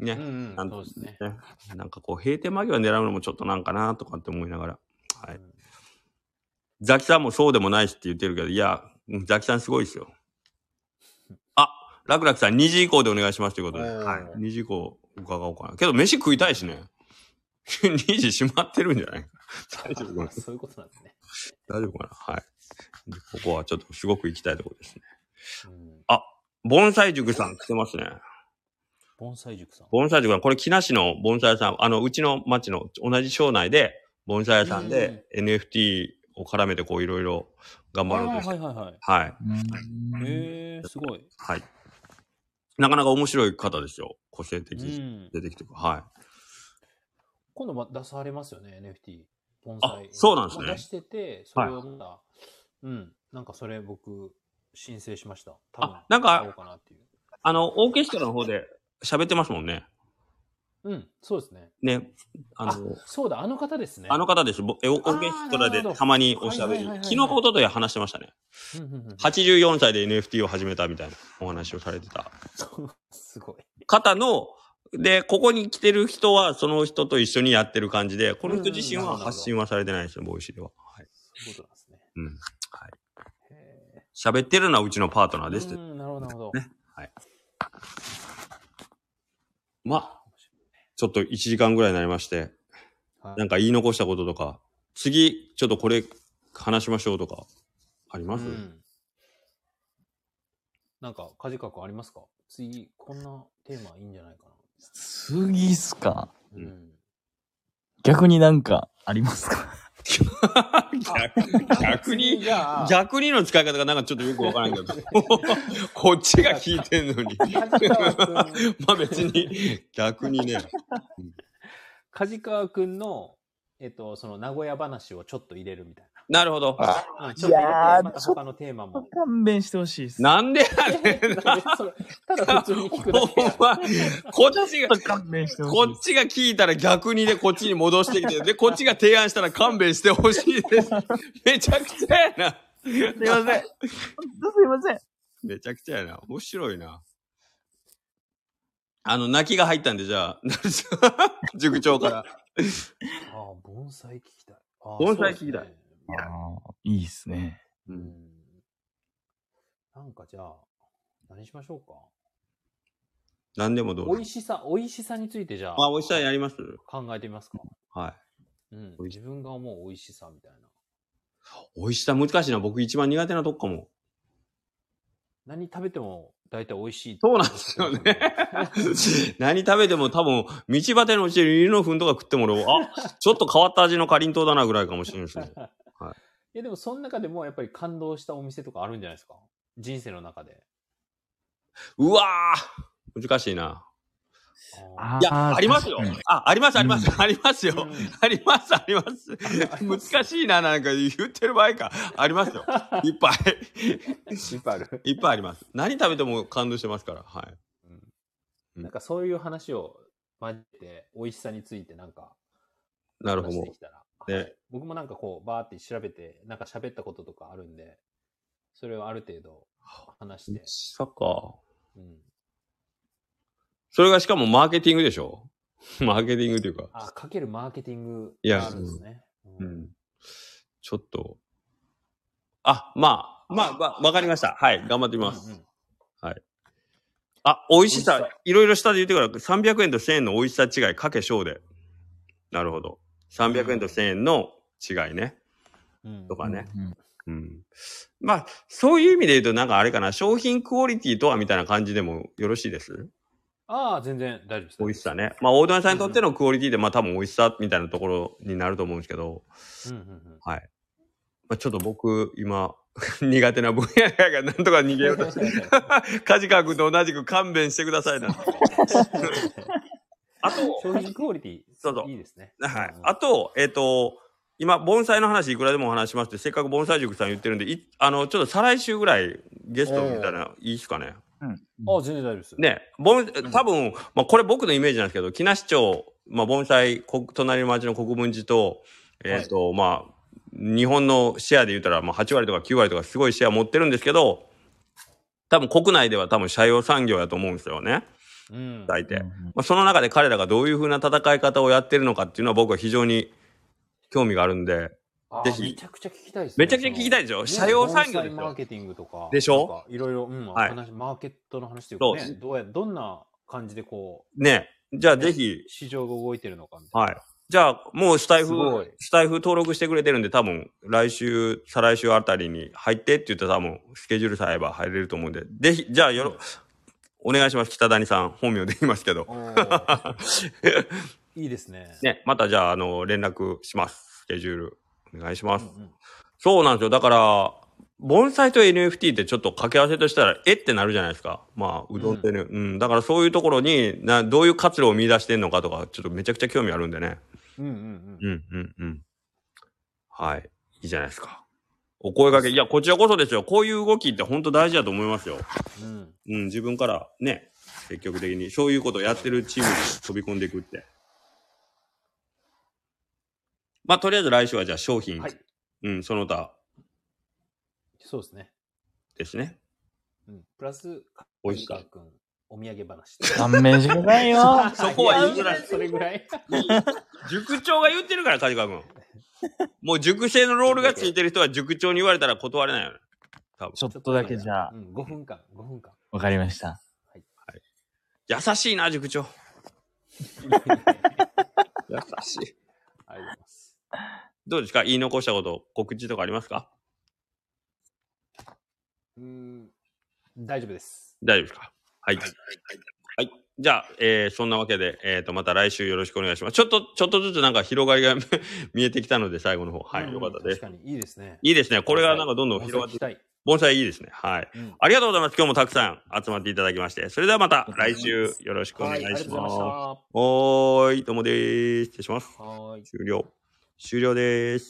A: ね。
B: うん、うん、
A: <laughs> なん
B: そうですね。
A: ねなんかこう、閉店間際狙うのもちょっとなんかなとかって思いながら。はい。
B: うん
A: ザキさんもそうでもないしって言ってるけど、いや、うんザキさんすごいですよ。あ、ラクラクさん2時以降でお願いしますということで、
B: おー
A: はい、2時以降伺おうかな。けど飯食いたいしね。2時閉まってるんじゃない大丈夫かな
B: そういうことなんですね。
A: 大丈夫かなはい。でここはちょっとすごく行きたいところですね。
B: うん、
A: 盆栽塾さん来てますね。
B: 盆栽塾さん。
A: 盆栽塾さん、これ、木梨の盆栽屋さん、あの、うちの町の同じ町内で、盆栽屋さんで NFT を絡めて、こう、いろいろ頑張ろう
B: あ
A: と
B: あ
A: し
B: ー、
A: て、
B: はいはい
A: は
B: はい。
A: い。
B: へえ、すごい。
A: はい。なかなか面白い方ですよ。個性
B: う
A: 的、
B: ん。
A: 出てきてくる。は
B: 今度ま出されますよね、NFT。盆
A: あ
B: 栽。
A: そうなんですね
B: ま出してて、それをまた、うん。なんかそれ僕、申請しました。多分
A: あなんか
B: 買おうかなっていう。
A: い。あの、オーケストラの方で喋ってますもんね。
B: うん、そうですね。
A: ね、あの、
B: そうだ、あの方ですね。
A: あの方です。ぼえオーケストラ
B: あーな
A: で
B: るほど
A: たまにおしゃべり
B: はいはいはいはい。
A: 昨日ことで話してましたね。
B: うんうんうん
A: 84歳で NFT を始めたみたいなお話をされてた
B: <laughs> すごい。
A: 方の、で、ここに来てる人はその人と一緒にやってる感じで、この人自身
B: うんうん
A: は
B: うんなるほど
A: 発信はされてないですね、ボイシーでは。はい。
B: そういうことなんですね。
A: うん。はい。
B: へー
A: 喋ってるのはうちのパートナーですって。
B: うん、なるほど、なるほど。
A: まあ、ちょっと1時間ぐらいになりまして、
B: はい
A: なんか言い残したこととか、次、ちょっとこれ話しましょうとか、あります、
B: うんなんか、カジカ君ありますか次、こんなテーマいいんじゃないか
C: 次っすか
A: う
B: な。
A: ん
B: ん。
C: 逆になんかありますか
A: 逆逆に
B: 次、じゃあ、
A: 逆にの使い方がなんかちょっとよくわからんけど。 <laughs> こっちが聞いてんのに。 <laughs>
B: カジカ君、
A: まあ別に、逆にね。
B: カジカ君の、えっと、その名古屋話をちょっと入れるみたい
A: なるほど。
B: な。うん、ちょっと入れて
C: いやー
B: また他のテー
A: <laughs>
B: マも。
C: 勘弁してほしいっす。
A: なんでやねん。
B: それただ普通に聞くだけ
A: ほんまこっちが、
C: 勘弁して
A: こ
C: ほしいっ
A: っちが聞いたら逆にでこっちに戻してきて、で、こっちが提案したら勘弁してほしいです。めちゃくちゃやな。
C: す。すいません。すいません。
A: めちゃくちゃやな。面白いな。あの、泣きが入ったんで、じゃあ、 <laughs> 塾長から。
B: ああ、盆栽聞きたい。ああ
A: 盆栽聞きたい。
B: そうですね
C: ああ、いいっすね。
A: う
B: うんん。なんかじゃあ、何しましょう
A: 何でもど
B: か。
A: うぞ。
B: 美味しさ、美味しさについてじゃあ、
A: あ、おいしさやります
B: 考えてみますか。
A: はい。
B: うん。
A: 美味し
B: 自分が思う美味しさみたいな。
A: 美味しさ難しいな。僕一番苦手なとこかも。
B: 何食べても大体美味しい。
A: そうなんですよね。 <laughs> 何食べても多分、道端のうちに犬の糞とか食っても俺、あ、ちょっと変わった味のかりんとうだなぐらいかもしれないですね。
B: <laughs> いやでもその中でもやっぱり感動したお店とかあるんじゃないですか人生の中で。
A: うわー難しいな。
B: あ
A: いや、ありますよ
C: 確かに。
A: あ、あります、あります、あります
B: ー
A: よ。あります、 <laughs> あります。難しいな、なんか言ってる場合か。ありますよ。いっぱ
B: いっぱいある。
A: い。いっぱいあります。何食べても感動してますから。はい。
B: なんかそういう話を交えて美味しさについてなんか
A: なるほ
B: 話して
A: ど
B: き。たら。
A: ね
B: はい僕もなんかこうバーって調べてなんか喋ったこととかあるんで、それをある程度話して。
A: さか。
B: うん、
A: それがしかもマーケティングでしょ <laughs> マーケティングというか。
B: あ、かけるマーケティング
A: いや
B: があるんですね。う
A: うんん。ちょっと。あ、まあ、まあ、わ、わかりました。はい、頑張ってみます。
B: うんうん
A: あ、美味し
B: 美
A: さ
B: 味し、
A: いろいろ下で言ってから、300円と1000円の美味しさ違い、かけ小で。なるほど。300円と1000円の違いね。
B: うん
A: とかね。
C: う
A: う
C: ん
A: ん。まあ、そういう意味で言うと、なんかあれかな、商品クオリティとはみたいな感じでもよろしいです
B: ああ、全然大丈夫です。
A: 美味しさね。まあ、大谷さんにとってのクオリティで、まあ多分美味しさみたいなところになると思うんですけど。
B: うんうんうん。
A: まあ、ちょっと僕、今、 <laughs> 苦手な分野やから、なんとか逃げようとして。 <laughs> 梶川君と同じく勘弁してくださいな。あと、
B: 商品クオリティ、
A: そうそう
B: いいですね。
A: はい。あと、えっ、と、今、盆栽の話いくらでもお話しますって、せっかく盆栽塾さん言ってるんで、いあの、ちょっと再来週ぐらいゲストみたいな、いいっすかね。
B: うん、あ全然大丈夫です。
A: ね、盆、多分、まあ、これ僕のイメージなんですけど、木梨町、まあ、盆栽、こ隣の町の国分寺と、えっ、と、まあ、日本のシェアで言ったら、まあ、8割とか9割とかすごいシェア持ってるんですけど、多分国内では多分社用産業やと思うんですよね、
B: うん。
A: 大体。
C: うん
A: まあ、その中で彼らがどういうふうな戦い方をやってるのかっていうのは僕は非常に興味があるんで、
B: あ
A: ぜひ
B: めちゃくちゃ聞きたいです、
A: めちゃくちゃ聞きたいでしょ社用産業
B: で
A: ですす
B: マー
A: よ。
B: ケティングとか。
A: でしょ
B: なんかいろいろ、うん、
A: はい
B: 話、マーケットの話というか、
A: そ
B: ね、どうや、どんな感じでこ
A: ね。じゃあぜひ
B: う、、市場が動いてるのかみたいな。
A: はい。じゃあ、もうスタイ
B: すごい
A: フ、スタイフ登録してくれてるんで、多分、来週、再来週あたりに入ってって言ったら多分、スケジュールさえ合えば入れると思うんで、ぜひ、じゃあよろ、お願いします。北谷さん、本名で言いますけど。
B: おー
A: <laughs>
B: いいですね。
A: ね、またじゃあ、あの、連絡します。スケジュール、お願いしま
B: う
A: す。
B: んうん
A: そうなんですよ。だから、盆栽と NFT ってちょっと掛け合わせとしたら、えってなるじゃないですか。まあ、うどんってね。うん。だからそういうところにな、どういう活路を見出してんのかとか、ちょっとめちゃくちゃ興味あるんでね。
B: うんうんうん。
A: うんうんうん。はい。いいじゃないですか。お声掛け、いや、こちらこそですよ。こういう動きって本当大事だと思いますよ。
B: うん。
A: うん、自分からね、積極的に。そういうことをやってるチームに飛び込んでいくって。まあ、とりあえず来週はじゃあ商品、
B: はい
A: うん、その他
B: そうですね。
A: ですね。
B: うん。プラス、
A: 美味しか
B: カ
A: っ
B: ー君、お土産話。
C: 断面してくださいよ。
A: <laughs> そこは言いづらい
B: それぐらい。
A: た。塾長が言ってるから、梶川君。 <laughs> もう塾生のロールがついてる <laughs> 人は塾長に言われたら断れないよね。
C: <laughs> ちょっとだけじゃあ
B: う、ん、5分間、5分間。
C: わかりました。
A: 優しいな、塾 <laughs> 長。優しい。
B: ありがとうございます。
A: どうですか言い残したこと、告知とかありますか
B: うーん、大丈夫です。
A: 大丈夫ですかはい。はい。じゃあ、えーそんなわけで、えっ、と、また来週よろしくお願いします。ちょっと、ちょっとずつなんか広がり <laughs> が見えてきたので、最後の方。は
B: うん
A: い、よかったです。
B: 確かに、いいですね。
A: いいですね。これがなんかどんどん
B: はい
A: 広がって、
B: 聞きたい。
A: 盆栽いいですね。はい。
B: うん
A: ありがとうございます。今日もたくさん集まっていただきまして。それではまた来週よろしくお
B: は
A: 願い
B: い、ありがと
A: し
B: うござい
A: ま。
B: ますした。は
A: おーい、ともでーす。失礼します。
B: ーい。
A: 終了。終了です。